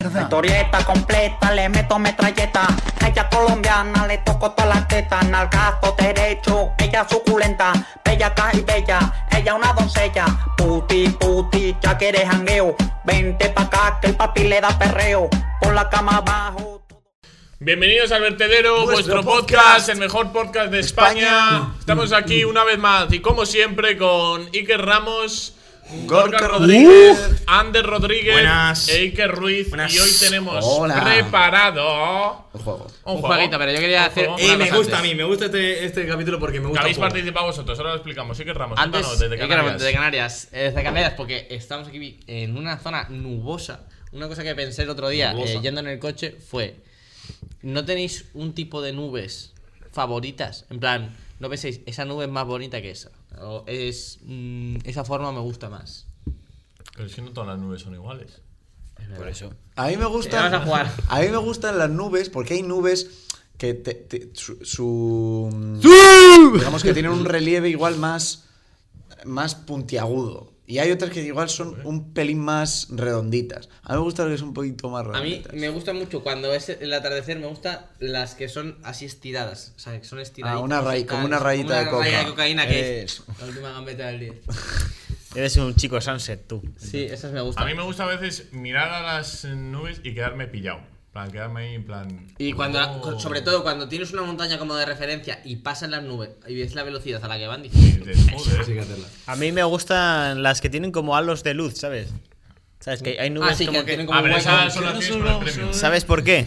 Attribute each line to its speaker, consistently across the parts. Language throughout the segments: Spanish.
Speaker 1: verdad.
Speaker 2: Historieta completa, le meto metralleta. Ella colombiana, le toco todas las tetas. Nalgazo derecho, ella suculenta. Bella caja y bella, ella una doncella. Puti, puti, ya que eres jangueo. Vente pa' acá que el papi le da perreo. Por la cama abajo.
Speaker 3: Bienvenidos al vertedero,
Speaker 1: Vuestro
Speaker 3: vuestro, podcast,
Speaker 1: podcast,
Speaker 3: el mejor podcast de España.
Speaker 1: España.
Speaker 4: Mm,
Speaker 3: Estamos aquí una vez más y como siempre con Iker Ramos,
Speaker 1: Gorka
Speaker 3: Gorka Rodríguez,
Speaker 1: Rodríguez.
Speaker 3: Ander Rodríguez,
Speaker 5: Buenas.
Speaker 3: e Iker Ruiz
Speaker 5: Buenas.
Speaker 3: y hoy tenemos
Speaker 1: Hola.
Speaker 3: preparado
Speaker 1: El juego.
Speaker 3: un,
Speaker 4: Un
Speaker 3: juego
Speaker 4: jueguito, pero yo quería
Speaker 3: Un
Speaker 4: hacer.
Speaker 3: juego.
Speaker 5: Y
Speaker 4: una
Speaker 5: me
Speaker 4: cosa
Speaker 5: gusta a
Speaker 4: antes.
Speaker 5: mí, me gusta este, este capítulo porque me
Speaker 3: que
Speaker 5: gusta.
Speaker 3: habéis
Speaker 5: un poco.
Speaker 3: participado vosotros, ahora lo explicamos. Iker Ramos,
Speaker 4: Antes,
Speaker 3: cuéntanos, desde
Speaker 4: yo quiero
Speaker 3: Canarias.
Speaker 4: hablar desde Canarias. eh, Desde Canarias, porque estamos aquí en una zona nubosa. Una cosa que pensé el otro día,
Speaker 5: Nubosa.
Speaker 4: eh, yendo en el coche, fue: ¿No tenéis un tipo de nubes favoritas? En plan, no penséis, esa nube es más bonita que esa. O es. mm, esa forma me gusta más.
Speaker 3: Pero si no todas las nubes son iguales.
Speaker 4: Por eso.
Speaker 1: A mí me gustan.
Speaker 4: Vamos a jugar.
Speaker 1: a mí me gustan las nubes porque hay nubes que te- te- su, su- digamos que tienen un relieve igual más más puntiagudo y hay otras que igual son un pelín más redonditas. A mí me gustan las que son un poquito más
Speaker 4: A mí
Speaker 1: redonditas.
Speaker 4: me gusta mucho cuando es el atardecer, me gusta las que son así estiradas. O sea, que son estiraditas.
Speaker 1: Ah, una raí- como una rayita de
Speaker 4: Una raya
Speaker 1: coca.
Speaker 4: de cocaína que
Speaker 1: Eso.
Speaker 4: es la última gambeta del día.
Speaker 6: Eres un chico sunset, tú.
Speaker 4: Sí, esas me
Speaker 3: A
Speaker 4: gustan.
Speaker 3: mí me gusta a veces mirar a las nubes y quedarme pillado. En plan, quedarme ahí en plan.
Speaker 4: Y cuando,
Speaker 3: oh.
Speaker 4: con- sobre todo cuando tienes una montaña como de referencia y pasan las nubes y ves la velocidad a la que van,
Speaker 3: Y
Speaker 4: dices,
Speaker 3: dices, joder.
Speaker 5: Así que hacerla.
Speaker 6: A mí me gustan las que tienen como halos de luz, ¿sabes? ¿Sabes? Que hay nubes
Speaker 4: Ah, sí,
Speaker 6: como
Speaker 4: que tienen como
Speaker 3: Ah, pero
Speaker 4: un
Speaker 3: esas
Speaker 4: hueco.
Speaker 3: son las tienes para el premio.
Speaker 6: ¿Sabes por qué?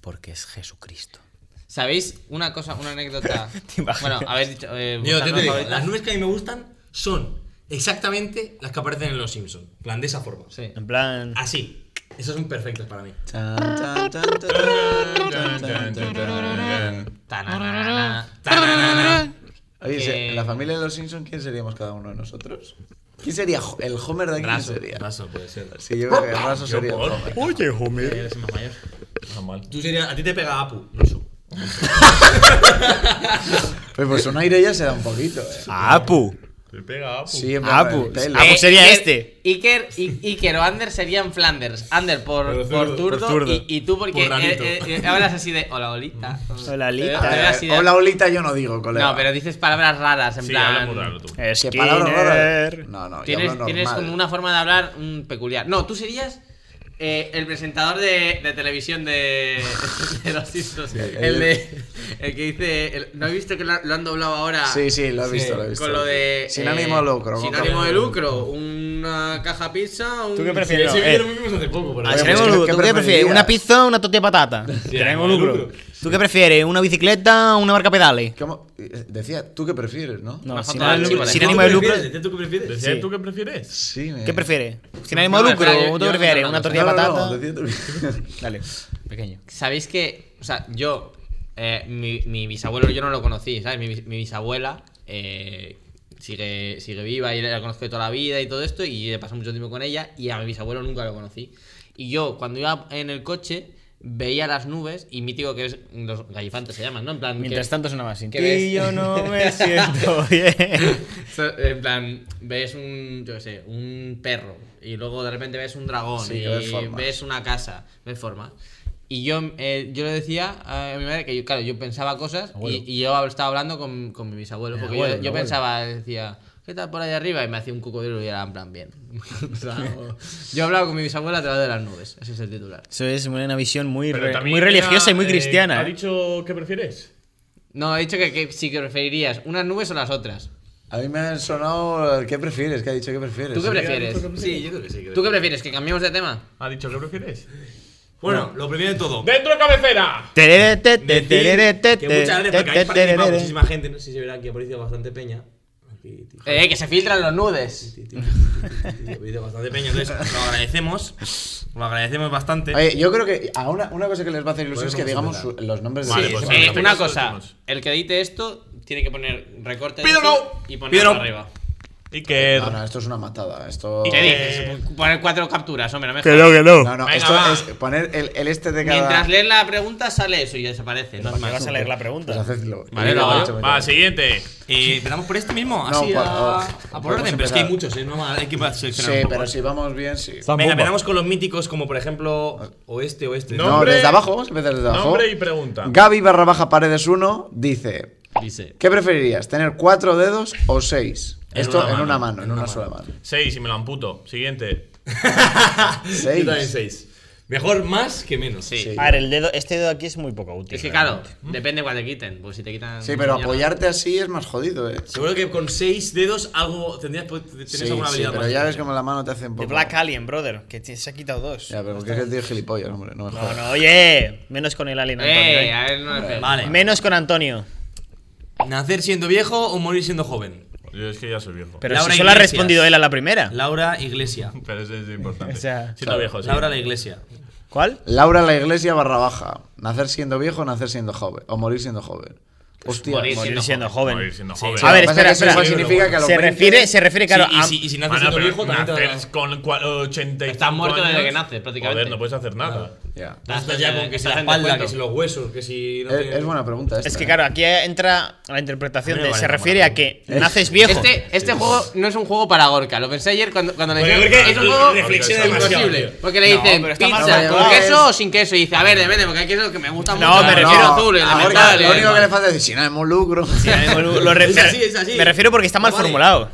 Speaker 6: Porque es Jesucristo.
Speaker 4: ¿Sabéis una cosa, una anécdota?
Speaker 6: Te imaginas.
Speaker 4: bueno, habéis dicho. Eh, vuestras
Speaker 5: Yo yo te
Speaker 4: nubes
Speaker 5: digo,
Speaker 4: favoritas.
Speaker 5: las nubes que a mí me gustan son exactamente las que aparecen en Los Simpsons. En plan, de esa forma.
Speaker 4: Sí.
Speaker 6: En plan.
Speaker 5: Así. Esas son perfectas para mí.
Speaker 1: Chan, chan, chan, chan, chan, chan, chan, chan.
Speaker 4: Tananana.
Speaker 5: Tananana.
Speaker 1: Oye,
Speaker 4: Que-
Speaker 1: si en la familia de los Simpsons, ¿quién seríamos cada uno de nosotros? ¿Quién sería Ho- el Homer de aquí? ¿Quién
Speaker 5: Raso,
Speaker 1: sería?
Speaker 5: raso puede ser.
Speaker 1: Sí, yo creo que Raso
Speaker 3: Yo
Speaker 1: sería el
Speaker 3: por-
Speaker 1: Homer.
Speaker 6: Oye, Homer.
Speaker 4: Eres más mayor.
Speaker 3: Está mal.
Speaker 5: Tú serías, a ti te pega Apu, no yo.
Speaker 1: Pues, pues un aire ya se da un poquito, eh.
Speaker 6: Apu.
Speaker 3: Te pega Apu.
Speaker 1: Sí, en verdad,
Speaker 6: Apu.
Speaker 1: el pelo.
Speaker 6: Apu sería
Speaker 4: Eh, Iker-
Speaker 6: este.
Speaker 4: Iker, I- Iker o Ander serían Flanders. Ander por, por
Speaker 5: Por zurdo,
Speaker 4: zurdo,
Speaker 6: por zurdo.
Speaker 4: Y, y tú porque
Speaker 5: Por rarito.
Speaker 4: eh, eh, eh, hablas así de hola, olita. Te
Speaker 6: Hola,
Speaker 4: veo- te veo
Speaker 6: Lita.
Speaker 1: Eh,
Speaker 4: así de-
Speaker 1: Hola, Olita, yo no digo, colega.
Speaker 4: No, pero dices palabras raras, en
Speaker 3: Sí,
Speaker 4: plan.
Speaker 3: habla muy raro tú.
Speaker 6: Es
Speaker 1: Que palabra rara.
Speaker 6: que
Speaker 1: No, no, yo
Speaker 4: Tienes,
Speaker 1: hablo
Speaker 4: tienes
Speaker 1: normal.
Speaker 4: como una forma de hablar mm, peculiar. No, tú serías eh, el presentador de, de televisión de, de los Simpsons. el, de, el que dice. el- ¿No he visto que lo, lo han doblado ahora?
Speaker 1: Sí, sí, lo he visto, lo he visto.
Speaker 4: Con lo de. eh,
Speaker 1: Sin ánimo de lucro.
Speaker 4: Sin
Speaker 1: con-
Speaker 4: ánimo de lucro. Una caja pizza. Un...
Speaker 6: ¿Tú qué
Speaker 5: Sí,
Speaker 6: prefieres?
Speaker 5: ese
Speaker 6: Eh,
Speaker 5: vídeo lo vimos hace poco, por
Speaker 6: Ah,
Speaker 1: Oye,
Speaker 6: si
Speaker 1: pues
Speaker 6: tenemos
Speaker 1: ¿qué-
Speaker 6: lucro,
Speaker 1: qué
Speaker 6: ¿Tú qué prefieres?
Speaker 1: preferirías?
Speaker 6: ¿Una pizza o una tortilla de patata?
Speaker 5: ánimo
Speaker 6: Tenemos
Speaker 5: de
Speaker 6: lucro.
Speaker 5: lucro.
Speaker 6: ¿Tú qué prefieres? ¿Una bicicleta o una barca pedales?
Speaker 1: ¿Cómo? Eh, Decía, ¿tú qué prefieres, no?
Speaker 6: No,
Speaker 4: Una
Speaker 6: sin
Speaker 4: foto de
Speaker 6: ánimo
Speaker 4: archivo,
Speaker 6: sin
Speaker 4: ¿no?
Speaker 6: ánimo de lucro.
Speaker 5: Decía tú que prefieres.
Speaker 3: Decía,
Speaker 6: Sí.
Speaker 3: ¿Tú qué prefieres?
Speaker 1: Sí, me...
Speaker 6: ¿Qué prefieres? ¿Sin
Speaker 4: No,
Speaker 6: ánimo de
Speaker 4: no,
Speaker 6: lucro?
Speaker 4: espera, yo-
Speaker 6: ¿Tú
Speaker 4: yo
Speaker 6: qué prefieres?
Speaker 4: no,
Speaker 6: ¿Una
Speaker 4: no,
Speaker 6: tortilla de
Speaker 1: No, no, no,
Speaker 6: patata?
Speaker 1: decía tú-
Speaker 6: Dale, pequeño.
Speaker 4: ¿Sabéis que, o sea, yo, eh, mi, mi bisabuelo yo no lo conocí, ¿sabes? Mi, bis- mi bisabuela eh, sigue, sigue viva y la conozco de toda la vida y todo esto, y he pasado mucho tiempo con ella, y a mi bisabuelo nunca lo conocí. Y yo, cuando iba en el coche, veía las nubes, y mítico que es, los gallifantes se llaman, ¿no? En plan, que-
Speaker 6: Mientras tanto sonaba así.
Speaker 4: ¿Qué
Speaker 6: Y
Speaker 4: ves?
Speaker 6: yo no me siento bien.
Speaker 4: So- En plan, ves un, yo qué sé, un perro y luego de repente ves un dragón
Speaker 1: Sí,
Speaker 4: y
Speaker 1: que ves formas.
Speaker 4: ves una casa, ves formas. Y yo, eh, yo le decía a mi madre que yo, claro, yo pensaba cosas y, y yo estaba hablando con, con mi bisabuelo, porque yo- yo, pensaba, decía, ¿qué tal por ahí arriba? Y me hacía un cocodrilo y era en plan, bien. O sea, o- yo hablaba con mi bisabuela a través de las nubes, ese es el titular.
Speaker 6: Eso es una visión muy,
Speaker 3: Pero
Speaker 6: re-
Speaker 3: también
Speaker 6: muy
Speaker 3: era,
Speaker 6: religiosa y muy
Speaker 3: eh,
Speaker 6: cristiana.
Speaker 3: ¿Ha
Speaker 6: ¿eh?
Speaker 3: dicho qué prefieres?
Speaker 4: No, he dicho que, que sí que preferirías unas nubes o las otras.
Speaker 1: A mí me han sonado, eh, ¿qué prefieres? ¿Qué ha dicho? ¿Qué prefieres?
Speaker 4: ¿Tú qué prefieres?
Speaker 5: Sí, yo creo que sí. que-
Speaker 4: ¿Tú qué prefieres? ¿Que cambiemos de tema?
Speaker 3: ¿Ha dicho qué prefieres?
Speaker 5: Bueno, lo primero de todo.
Speaker 3: ¡Dentro cabecera!
Speaker 6: Terere, te, te,
Speaker 5: decir
Speaker 6: terere, te, te,
Speaker 5: que muchas gracias porque
Speaker 6: te,
Speaker 5: ahí participa
Speaker 6: terere.
Speaker 5: muchísima gente, no sé si se verá que ha aparecido bastante peña. Aquí, tío,
Speaker 4: Eh, que se filtran los nudes.
Speaker 5: tío, tío, tío, tío, tío, tío, ha habido bastante peña, entonces lo agradecemos, lo agradecemos bastante.
Speaker 1: Oye, yo creo que a una, una cosa que les va a hacer ilusión
Speaker 5: Pues
Speaker 1: es que
Speaker 5: vamos a
Speaker 1: digamos su-
Speaker 5: empezar.
Speaker 1: los nombres de
Speaker 3: Vale,
Speaker 1: los
Speaker 3: pues
Speaker 1: personajes.
Speaker 3: venga,
Speaker 4: Eh,
Speaker 3: venga,
Speaker 4: una
Speaker 3: eso lo
Speaker 4: cosa,
Speaker 3: hacemos.
Speaker 4: el que edite esto tiene que poner recorte de
Speaker 3: Pídelo.
Speaker 4: esto y ponerlo
Speaker 5: Pídelo.
Speaker 4: arriba.
Speaker 7: Iker.
Speaker 1: No, no, esto es una matada. Esto.
Speaker 4: ¿Y qué dices? Poner cuatro capturas, hombre, no me
Speaker 7: Que
Speaker 4: jodas.
Speaker 7: no, que no.
Speaker 1: No, no,
Speaker 7: Venga,
Speaker 1: esto
Speaker 7: va.
Speaker 1: es poner el, el este de cada.
Speaker 4: Mientras lees la pregunta, sale eso y desaparece. No es
Speaker 6: vas a leer la pregunta?
Speaker 1: Pues hacedlo.
Speaker 4: Vale,
Speaker 1: Y
Speaker 4: lo hago
Speaker 1: luego
Speaker 4: yo.
Speaker 1: me
Speaker 7: Va,
Speaker 1: quedo.
Speaker 7: siguiente.
Speaker 5: Eh, ¿Empezamos por este mismo?
Speaker 1: No,
Speaker 5: Así
Speaker 1: por-
Speaker 5: a,
Speaker 1: ah,
Speaker 5: a por
Speaker 1: podemos
Speaker 5: orden, pero es que
Speaker 1: empezar.
Speaker 5: hay muchos, ¿eh? no vamos a- hay que seleccionar
Speaker 1: Sí,
Speaker 5: un poco.
Speaker 1: pero si vamos bien, sí.
Speaker 5: Venga,
Speaker 7: Zambomba.
Speaker 5: empezamos con los míticos como por
Speaker 4: Oh,
Speaker 5: ejemplo Oeste, Oeste.
Speaker 1: No,
Speaker 3: Nombre-
Speaker 1: desde abajo, vamos a empezar desde abajo.
Speaker 3: Nombre y pregunta.
Speaker 1: Gaby barra baja paredes 1 dice:
Speaker 4: Dice.
Speaker 1: ¿Qué preferirías, tener cuatro dedos o seis?
Speaker 5: En
Speaker 1: Esto
Speaker 5: una
Speaker 1: en una
Speaker 5: mano,
Speaker 1: mano, en
Speaker 5: en
Speaker 1: una,
Speaker 5: una
Speaker 1: sola mano.
Speaker 3: Seis y me lo amputo. Siguiente.
Speaker 1: Seis.
Speaker 5: Yo también seis. Mejor más que menos.
Speaker 4: Sí.
Speaker 1: Sí.
Speaker 6: A ver, el dedo, este dedo aquí es muy poco útil.
Speaker 4: Es que claro,
Speaker 6: realmente.
Speaker 4: depende cuál te quiten. Pues si te quitan.
Speaker 1: Sí, pero
Speaker 4: mierda.
Speaker 1: apoyarte así es más jodido, eh.
Speaker 5: Seguro que con seis dedos algo tendrías tienes
Speaker 1: Sí,
Speaker 5: alguna
Speaker 1: sí,
Speaker 5: habilidad
Speaker 1: pero
Speaker 5: más.
Speaker 1: ya ves como la mano te hace un
Speaker 6: The
Speaker 1: poco.
Speaker 6: Black Alien, brother, que te- se ha quitado dos.
Speaker 1: Ya, pero porque es que tío es gilipollas, hombre, no me
Speaker 6: No,
Speaker 1: jodas.
Speaker 6: no, oye, menos con el Alien Antonio.
Speaker 4: Eh,
Speaker 6: eh.
Speaker 4: a ver, no me pegues.
Speaker 5: Vale.
Speaker 6: Menos con Antonio.
Speaker 5: ¿Nacer siendo viejo o morir siendo joven?
Speaker 3: Yo es que ya soy viejo.
Speaker 6: Pero
Speaker 5: Laura
Speaker 6: si solo ha
Speaker 5: Iglesias.
Speaker 6: respondido él a la primera.
Speaker 5: Laura Iglesia.
Speaker 3: Pero eso es importante.
Speaker 6: O sea,
Speaker 3: Siendo viejo, sí.
Speaker 5: Laura Pues la Iglesia.
Speaker 6: ¿Cuál?
Speaker 1: Laura la iglesia barra baja. Nacer siendo viejo o nacer siendo joven. O morir siendo joven. Hostia,
Speaker 4: morir
Speaker 1: Pues morir-
Speaker 6: Morir siendo joven.
Speaker 3: Morir siendo
Speaker 5: Sí,
Speaker 3: joven.
Speaker 5: sí.
Speaker 6: A ver,
Speaker 1: Lo que pasa
Speaker 6: espera,
Speaker 1: es que eso
Speaker 6: espera.
Speaker 1: igual significa que a los
Speaker 6: se
Speaker 1: 20
Speaker 6: refiere, se refiere, claro,
Speaker 5: Sí, y,
Speaker 6: a-
Speaker 5: si, y si naces
Speaker 3: Bueno,
Speaker 5: siendo
Speaker 3: pero
Speaker 5: viejo, también te
Speaker 3: naces con cua- 80 y
Speaker 4: Estás
Speaker 3: tanto
Speaker 4: muerto desde
Speaker 3: años,
Speaker 4: que naces, prácticamente.
Speaker 3: Joder, no puedes hacer nada.
Speaker 1: Ya.
Speaker 5: Estás ya con que si la
Speaker 4: Estás en
Speaker 5: espalda,
Speaker 4: descuento.
Speaker 5: que si los huesos, que si. no
Speaker 1: Es,
Speaker 5: te-
Speaker 1: es buena pregunta esta.
Speaker 6: es que
Speaker 1: eh.
Speaker 6: claro, aquí entra la interpretación
Speaker 5: A mí me
Speaker 6: de
Speaker 5: vale
Speaker 6: se
Speaker 5: la
Speaker 6: refiere
Speaker 5: mano.
Speaker 6: a que naces viejo.
Speaker 4: Este, este juego no es un juego para Gorka. Lo pensé ayer cuando, cuando le
Speaker 5: Porque
Speaker 4: dije.
Speaker 5: Gorka
Speaker 4: Es un juego
Speaker 5: reflexiona demasiado,
Speaker 4: imposible.
Speaker 5: tío.
Speaker 4: Porque le
Speaker 6: No,
Speaker 4: dicen
Speaker 6: pero está más
Speaker 4: pizza con
Speaker 1: valorado,
Speaker 4: queso
Speaker 1: es-
Speaker 4: o sin queso. Y dice, a ver, depende, porque hay queso que me gusta mucho.
Speaker 6: No, me
Speaker 4: el
Speaker 1: No,
Speaker 6: refiero
Speaker 4: queso azul, el
Speaker 1: ahora,
Speaker 4: mental,
Speaker 1: Lo
Speaker 4: el-
Speaker 1: único que le falta es decir, si no hemos lucro.
Speaker 6: Lo- lo re-
Speaker 5: Es así, es así.
Speaker 6: Me refiero porque está mal
Speaker 5: Vale.
Speaker 6: formulado.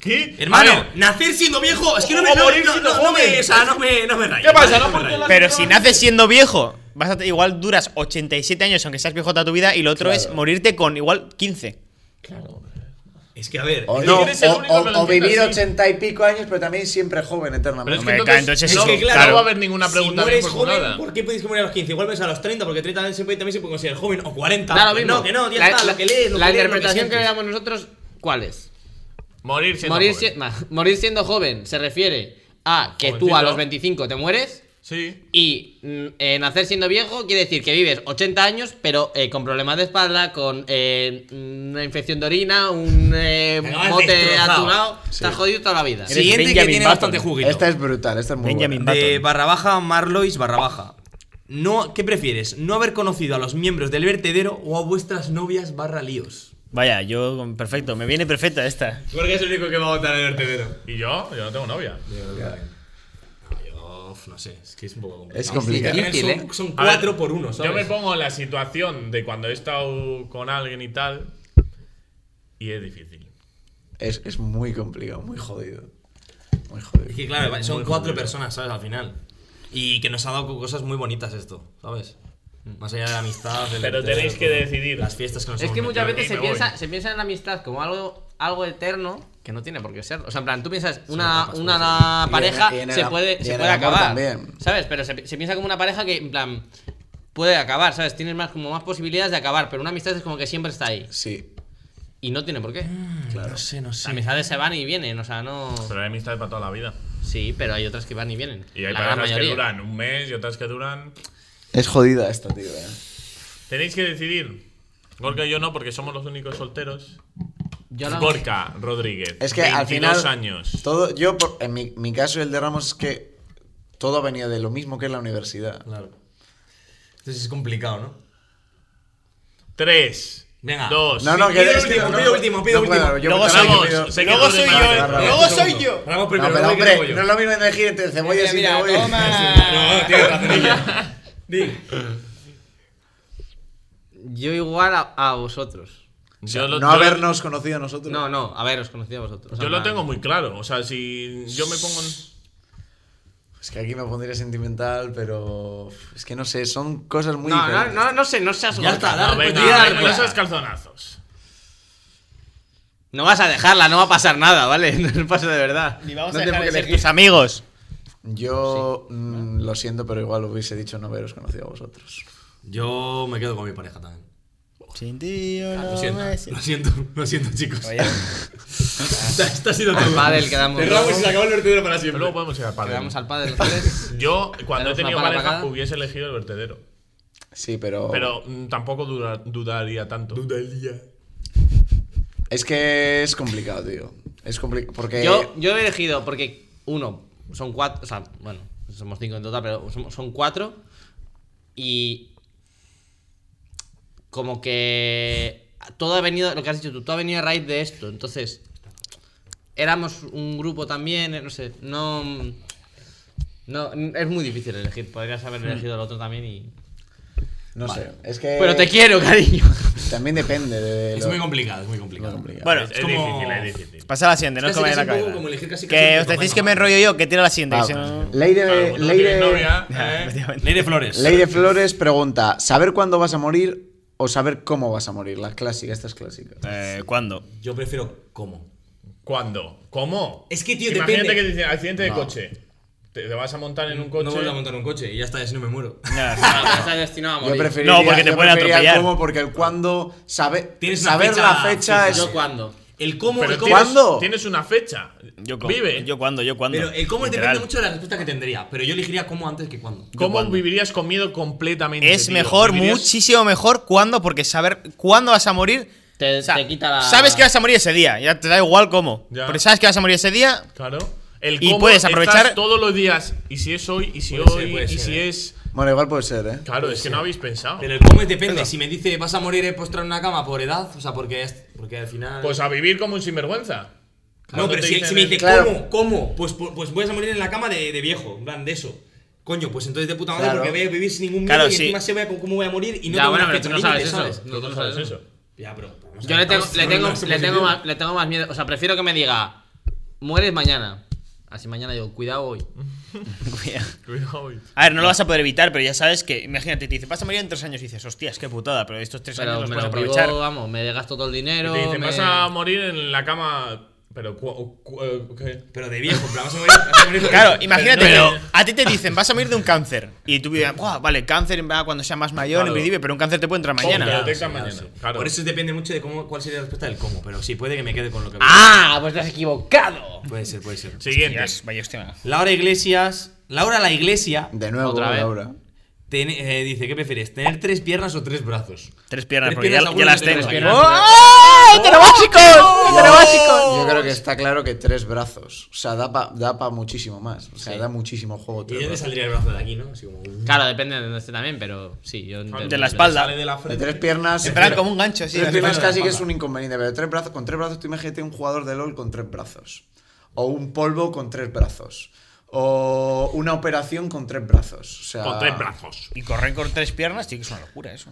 Speaker 3: ¿Qué?
Speaker 5: Hermano,
Speaker 3: A ver,
Speaker 5: nacer siendo viejo. Es que no me.
Speaker 3: O
Speaker 5: No,
Speaker 3: morir
Speaker 5: no,
Speaker 3: siendo
Speaker 5: no, no
Speaker 3: joven.
Speaker 5: me. O sea, no me, no me rayes.
Speaker 3: ¿Qué pasa?
Speaker 5: Vale,
Speaker 3: No
Speaker 5: me
Speaker 3: porque
Speaker 5: rayes.
Speaker 3: la-
Speaker 6: Pero si naces siendo viejo, vas a, igual duras 87 años aunque seas viejo toda tu vida y lo otro es morirte con igual 15.
Speaker 5: Es que a ver.
Speaker 1: O
Speaker 5: es
Speaker 1: no,
Speaker 5: que-
Speaker 1: o,
Speaker 3: eres el único
Speaker 1: o-
Speaker 3: que lo
Speaker 1: o vivir
Speaker 3: entiende así.
Speaker 1: ochenta y pico años, pero también siempre joven
Speaker 3: Pero es
Speaker 1: eternamente.
Speaker 3: que
Speaker 6: me
Speaker 3: entonces,
Speaker 6: cae, entonces
Speaker 3: no,
Speaker 5: es que, claro,
Speaker 3: no va a haber ninguna
Speaker 5: si
Speaker 3: pregunta
Speaker 5: no
Speaker 3: bien
Speaker 5: eres joven,
Speaker 3: formulada.
Speaker 5: ¿por qué podéis morir a los 15? Igual ves a los 30, porque 30 se puede, también se puede considerar joven o 40.
Speaker 4: Da lo
Speaker 5: pues
Speaker 4: mismo.
Speaker 5: No, que no, ya
Speaker 4: la,
Speaker 5: está,
Speaker 4: la-
Speaker 5: lo que lees, lo
Speaker 4: la
Speaker 5: que lees, lo que
Speaker 4: interpretación que le
Speaker 5: sientes.
Speaker 4: damos nosotros, ¿cuál es?
Speaker 3: Morir siendo
Speaker 4: Morir,
Speaker 3: joven.
Speaker 4: si- nah, morir siendo joven se refiere a que tú a
Speaker 3: Jovencito.
Speaker 4: los 25 te mueres.
Speaker 3: Sí.
Speaker 4: Y mm, eh, nacer siendo viejo quiere decir que vives 80 años, pero eh, con problemas de espalda, con eh, una infección de orina, un eh,
Speaker 5: Acabas
Speaker 4: bote
Speaker 5: destrozado.
Speaker 4: aturado. Estás jodido toda la vida.
Speaker 6: Sí.
Speaker 5: Siguiente que
Speaker 6: Benjamin
Speaker 5: tiene
Speaker 6: Button.
Speaker 5: bastante juguito.
Speaker 1: Esta es brutal, esta es muy
Speaker 6: Benjamin
Speaker 1: buena.
Speaker 5: de
Speaker 6: Button.
Speaker 5: barra baja Marlois barra baja. No, ¿Qué prefieres? ¿No haber conocido a los miembros del vertedero o a vuestras novias barra líos?
Speaker 6: Vaya, yo perfecto, me viene perfecta esta.
Speaker 5: Porque es el único que va a votar el vertedero.
Speaker 3: ¿Y yo? Yo no tengo novia.
Speaker 5: Yo, uf, no sé, es que es un poco complicado.
Speaker 1: Es complicado.
Speaker 5: Sí,
Speaker 4: Difícil,
Speaker 5: son,
Speaker 4: ¿eh?
Speaker 5: son
Speaker 3: A ver,
Speaker 5: cuatro por uno, ¿sabes?
Speaker 3: Yo me pongo en la situación de cuando he estado con alguien y tal. Y es difícil.
Speaker 1: Es, es muy complicado, muy jodido. Muy jodido.
Speaker 5: Es que claro, son cuatro personas, ¿sabes? Al final. Y que nos ha dado cosas muy bonitas esto, ¿sabes? Más allá de la amistad, del
Speaker 3: Mm. Pero
Speaker 5: vertedero,
Speaker 3: tenéis que
Speaker 5: todo.
Speaker 3: decidir.
Speaker 5: Las fiestas que nos
Speaker 4: Es
Speaker 5: hemos
Speaker 4: que muchas
Speaker 5: metido.
Speaker 4: veces
Speaker 3: me
Speaker 4: se
Speaker 3: voy.
Speaker 4: piensa, se piensa en la amistad como algo, algo eterno que no tiene por qué serlo. O sea, en plan, tú piensas, una,
Speaker 5: tapas,
Speaker 4: una
Speaker 1: sí.
Speaker 4: pareja
Speaker 1: Y en- y en
Speaker 4: se
Speaker 1: el- y
Speaker 4: puede,
Speaker 1: en
Speaker 4: se
Speaker 1: el
Speaker 4: puede
Speaker 1: amor
Speaker 4: acabar.
Speaker 1: también.
Speaker 4: ¿Sabes? Pero se, se piensa como una pareja que, en plan, puede acabar, ¿sabes? Tienes más, como más posibilidades de acabar, pero una amistad es como que siempre está ahí.
Speaker 1: Sí,
Speaker 4: Y no tiene por qué.
Speaker 1: claro.
Speaker 5: No sé, no
Speaker 4: Las
Speaker 5: sé.
Speaker 4: amistades se van y vienen, o sea, no.
Speaker 3: Pero hay amistades para toda la vida.
Speaker 4: Sí, pero hay otras que van y vienen.
Speaker 3: Y hay
Speaker 4: la gran
Speaker 3: parejas que
Speaker 4: mayoría.
Speaker 3: duran un mes y otras que duran.
Speaker 1: Es jodida esta, tío. eh.
Speaker 3: Tenéis que decidir. Gorka y yo no, porque somos los únicos solteros.
Speaker 4: Yo no-
Speaker 3: Gorka Rodríguez.
Speaker 1: Es que al
Speaker 3: 22
Speaker 1: final.
Speaker 3: años.
Speaker 1: Todo, yo, por- en mi, mi caso, y el de Ramos es que todo ha venido de lo mismo que en la universidad.
Speaker 5: Claro. Entonces es complicado, ¿no?
Speaker 3: Tres.
Speaker 5: Venga.
Speaker 3: Dos.
Speaker 1: No, no,
Speaker 5: Sí,
Speaker 1: que
Speaker 5: pido
Speaker 1: es que
Speaker 5: último,
Speaker 1: no-
Speaker 5: pido último, pido
Speaker 1: no puedo,
Speaker 5: último.
Speaker 1: yo
Speaker 6: Luego
Speaker 1: me tengo que
Speaker 3: somos-
Speaker 1: pido-
Speaker 3: sé que Luego soy yo,
Speaker 1: luego
Speaker 5: soy yo. Vamos
Speaker 1: No,
Speaker 5: primero,
Speaker 1: pero
Speaker 5: voy que luego
Speaker 1: hombre,
Speaker 5: yo.
Speaker 1: no es lo mismo elegir entre cebollas y
Speaker 4: Eh, mira,
Speaker 1: cebollas.
Speaker 5: No, tío, ratonilla. Di.
Speaker 4: Yo igual a, a vosotros.
Speaker 3: Yo lo-
Speaker 1: No
Speaker 3: yo-
Speaker 1: habernos conocido nosotros.
Speaker 4: No, no, a ver, os conocí a vosotros. O sea,
Speaker 3: Yo lo
Speaker 4: en plan-
Speaker 3: tengo muy claro. O sea, si yo me pongo en.
Speaker 1: Es que aquí me pondría sentimental, pero. Es que no sé, son cosas muy.
Speaker 4: No, no,
Speaker 1: diferentes.
Speaker 4: no, no sé, no seas
Speaker 5: Ya
Speaker 4: gorda.
Speaker 5: está,
Speaker 3: No,
Speaker 5: dale,
Speaker 3: venga,
Speaker 5: pues, dale,
Speaker 3: venga,
Speaker 5: pues.
Speaker 3: esos calzonazos.
Speaker 4: No vas a dejarla, no va a pasar nada, ¿vale? No pasa de verdad.
Speaker 6: Ni vamos
Speaker 4: no
Speaker 6: a
Speaker 4: tengo
Speaker 6: dejar de
Speaker 4: que
Speaker 6: ser
Speaker 4: elegir.
Speaker 6: tus amigos.
Speaker 1: Yo mm, lo siento, pero igual hubiese dicho no haberos conocido a vosotros.
Speaker 5: Yo me quedo con mi pareja también.
Speaker 6: Sin ti yo
Speaker 5: Ah, Lo
Speaker 6: no
Speaker 5: siento,
Speaker 6: me
Speaker 5: lo siento, lo siento, chicos.
Speaker 6: Oye.
Speaker 5: Está, está siendo todo.
Speaker 4: pádel quedamos
Speaker 5: Cerramos
Speaker 4: luego.
Speaker 5: y se acabó el vertedero para
Speaker 3: Pero
Speaker 5: siempre.
Speaker 3: luego podemos ir al padre.
Speaker 4: Llegamos al padre los tres.
Speaker 3: Yo, cuando he
Speaker 4: Tenemos una
Speaker 3: tenido
Speaker 4: pala
Speaker 3: pareja,
Speaker 4: pagada.
Speaker 3: hubiese elegido el vertedero.
Speaker 1: Sí, pero.
Speaker 3: Pero mm, tampoco dura- dudaría tanto.
Speaker 5: Dudaría.
Speaker 1: Es que es complicado, tío. Es complicado. Porque.
Speaker 4: Yo, yo he elegido, porque uno, son cuatro, o sea, bueno, somos cinco en total, pero somos- son cuatro. Y como que todo ha venido, lo que has dicho tú, todo ha venido a raíz de esto. Entonces, éramos un grupo también, eh, no sé, no... No, es muy difícil elegir, podrías haber elegido el otro también y...
Speaker 1: No sé. Es que.
Speaker 4: Pero te quiero, cariño.
Speaker 1: También depende de.
Speaker 5: Es
Speaker 1: lo-
Speaker 5: muy complicado, es muy complicado.
Speaker 1: Muy complicado.
Speaker 6: Bueno,
Speaker 3: es,
Speaker 5: es
Speaker 3: es
Speaker 5: como-
Speaker 3: difícil, es difícil.
Speaker 6: pasa a la siguiente, no es
Speaker 5: Casi
Speaker 6: que me
Speaker 5: que
Speaker 6: vaya
Speaker 5: es
Speaker 6: la
Speaker 5: un poco
Speaker 6: cabeza. Ah,
Speaker 5: como elegir casi casi
Speaker 6: Que
Speaker 5: un
Speaker 6: os decís
Speaker 5: poco
Speaker 6: que me
Speaker 5: más.
Speaker 6: enrollo yo, que tira la siguiente.
Speaker 1: Va,
Speaker 6: que si no-
Speaker 1: Ley de.
Speaker 3: Claro, como tú no
Speaker 1: ley
Speaker 3: tienes
Speaker 1: de-
Speaker 6: Ah,
Speaker 3: novia, ¿eh?
Speaker 5: Ley de Flores.
Speaker 1: Ley de Flores pregunta: ¿saber cuándo vas a morir o saber cómo vas a morir? La clásica, esta es clásica.
Speaker 6: Eh, ¿Cuándo?
Speaker 5: Yo prefiero cómo.
Speaker 3: ¿Cuándo? ¿Cómo?
Speaker 5: Es que, tío,
Speaker 3: Imagínate
Speaker 5: depende.
Speaker 3: que te dicen accidente de
Speaker 1: No.
Speaker 3: coche. Te, te vas a montar en un coche.
Speaker 5: No vuelvo a montar un coche y ya está, así no me muero.
Speaker 4: Está destinado a
Speaker 1: Yo
Speaker 4: morir.
Speaker 1: preferiría,
Speaker 6: No, porque te
Speaker 1: yo
Speaker 6: pueden
Speaker 1: preferiría
Speaker 6: atropellar.
Speaker 1: cómo, porque el cuándo. Sabe,
Speaker 5: Tienes una
Speaker 1: saber
Speaker 5: fecha
Speaker 1: la fecha
Speaker 5: fija.
Speaker 1: es.
Speaker 4: Yo cuándo.
Speaker 5: El cómo,
Speaker 3: Pero
Speaker 5: el cómo
Speaker 3: tienes-
Speaker 1: ¿Cuándo?
Speaker 3: Tienes una fecha.
Speaker 6: Yo cómo.
Speaker 3: Vive.
Speaker 6: Yo cuándo, yo cuándo.
Speaker 3: eh,
Speaker 5: Pero el cómo depende
Speaker 6: Literal.
Speaker 5: mucho de la respuesta que tendría. Pero yo elegiría cómo antes que cuándo.
Speaker 3: ¿Cómo
Speaker 6: cuándo?
Speaker 3: vivirías con miedo completamente?
Speaker 6: Es
Speaker 3: tío?
Speaker 6: mejor,
Speaker 3: Vivirías-
Speaker 6: muchísimo mejor cuándo, porque saber cuándo vas a morir.
Speaker 4: Te,
Speaker 6: o sea,
Speaker 4: te quita la...
Speaker 6: Sabes que vas a morir ese día, ya te da igual cómo.
Speaker 3: Ya.
Speaker 6: Porque sabes que vas a morir ese día.
Speaker 3: Claro. El
Speaker 6: Y
Speaker 3: cómo
Speaker 6: puedes aprovechar-
Speaker 3: estás todos los días. Y si es hoy, y si
Speaker 5: Puede ser,
Speaker 3: hoy,
Speaker 5: puede
Speaker 3: y
Speaker 5: ser,
Speaker 3: si
Speaker 5: eh.
Speaker 3: es.
Speaker 1: Bueno, igual puede ser, ¿eh?
Speaker 3: Claro, es que no habéis pensado.
Speaker 5: Pero el cómo es depende. Si me dice vas a morir eh, postrado en una cama por edad, o sea, porque, es- porque al final.
Speaker 3: Pues a vivir como un sinvergüenza.
Speaker 5: no,
Speaker 3: Cuando
Speaker 5: pero
Speaker 3: te
Speaker 5: si,
Speaker 3: dicen
Speaker 5: si me
Speaker 3: el-
Speaker 5: dice
Speaker 1: Claro.
Speaker 5: cómo, cómo, pues, pues, pues voy a morir en la cama de, de viejo, en plan de eso. Coño, pues entonces de puta madre
Speaker 1: Claro.
Speaker 5: porque voy a vivir sin ningún miedo
Speaker 6: Claro,
Speaker 5: y
Speaker 6: sí.
Speaker 5: encima sé voy a- cómo voy a morir y no
Speaker 4: Ya,
Speaker 5: tengo
Speaker 4: bueno,
Speaker 5: una
Speaker 4: pero tú no
Speaker 5: fecha
Speaker 4: sabes
Speaker 5: límite,
Speaker 4: eso. No, tú no sabes eso.
Speaker 5: Ya, pero. vamos a
Speaker 4: Yo
Speaker 5: ver,
Speaker 4: le tengo,
Speaker 5: estamos
Speaker 4: le, tengo,
Speaker 5: en una
Speaker 4: le, tengo
Speaker 5: posición.
Speaker 4: más, le tengo más miedo. O sea, prefiero que me diga, mueres mañana. Así mañana yo, cuidado hoy.
Speaker 3: Cuidado, hoy.
Speaker 6: A ver, no lo vas a poder evitar, pero ya sabes que, imagínate, te dice, vas a morir en tres años y dices, hostias, qué putada, pero estos tres años
Speaker 4: Pero
Speaker 6: los
Speaker 4: me
Speaker 6: puedes
Speaker 4: lo vivo,
Speaker 6: aprovechar.
Speaker 4: vamos, me gasto todo el dinero.
Speaker 3: Te dicen,
Speaker 4: me-
Speaker 3: vas a morir en la cama. Pero. cu- cu- eh, ¿qué?
Speaker 5: Pero de viejo, en plan, vas a morir. vas a morir de
Speaker 6: Claro,
Speaker 5: viejo.
Speaker 6: imagínate,
Speaker 3: Pero-
Speaker 6: que a ti te dicen, vas a morir de un cáncer. Y tú dices, "Buah, vale, cáncer ah, cuando sea más mayor,
Speaker 3: Claro.
Speaker 6: en principio, pero un cáncer te puede entrar
Speaker 3: Ojo,
Speaker 6: mañana.
Speaker 3: te lo
Speaker 5: Claro,
Speaker 3: detectan
Speaker 5: sí, claro,
Speaker 3: mañana.
Speaker 5: sí.
Speaker 3: Claro.
Speaker 5: Por eso depende mucho de cómo, cuál sería la respuesta del cómo, pero sí, puede que me quede con lo que
Speaker 4: ¡Ah! Pues te has equivocado.
Speaker 5: Puede ser, puede ser.
Speaker 3: Siguiente.
Speaker 6: Hostias, vaya hostia.
Speaker 5: Laura Iglesias. Laura la Iglesia
Speaker 1: De nuevo,
Speaker 4: Otra vez.
Speaker 1: Laura.
Speaker 5: ten- eh, dice: ¿Qué prefieres? ¿Tener tres piernas o tres brazos?
Speaker 6: Tres piernas,
Speaker 5: Tres
Speaker 6: porque
Speaker 5: piernas,
Speaker 6: ya, ya
Speaker 5: seguro
Speaker 6: las
Speaker 5: que tres
Speaker 6: tengo.
Speaker 4: piernas.
Speaker 6: ¡Oh! ¡Heterobásicos! ¡Heterobásicos!
Speaker 1: Yo creo que está claro que tres brazos. O sea, da para muchísimo más. O sea,
Speaker 5: Sí.
Speaker 1: da muchísimo juego.
Speaker 5: ¿Y
Speaker 1: tres
Speaker 5: de dónde
Speaker 1: brazos.
Speaker 5: saldría el brazo de aquí, no? Así como.
Speaker 4: Claro, depende de donde esté también, pero sí, yo intento-
Speaker 6: De la espalda.
Speaker 5: Sale de la
Speaker 1: De
Speaker 5: frente.
Speaker 1: tres piernas. eh,
Speaker 6: En plan, como un gancho, sí.
Speaker 1: Tres
Speaker 6: así.
Speaker 1: piernas
Speaker 5: de la
Speaker 1: casi que
Speaker 5: espalda.
Speaker 1: es un inconveniente, pero tres brazos, con tres brazos, tú imagínate un jugador de LOL con tres brazos. O un polvo con tres brazos. O una operación con tres brazos. O sea,
Speaker 3: Con tres brazos.
Speaker 6: Y correr con tres piernas, tío, que es una locura eso.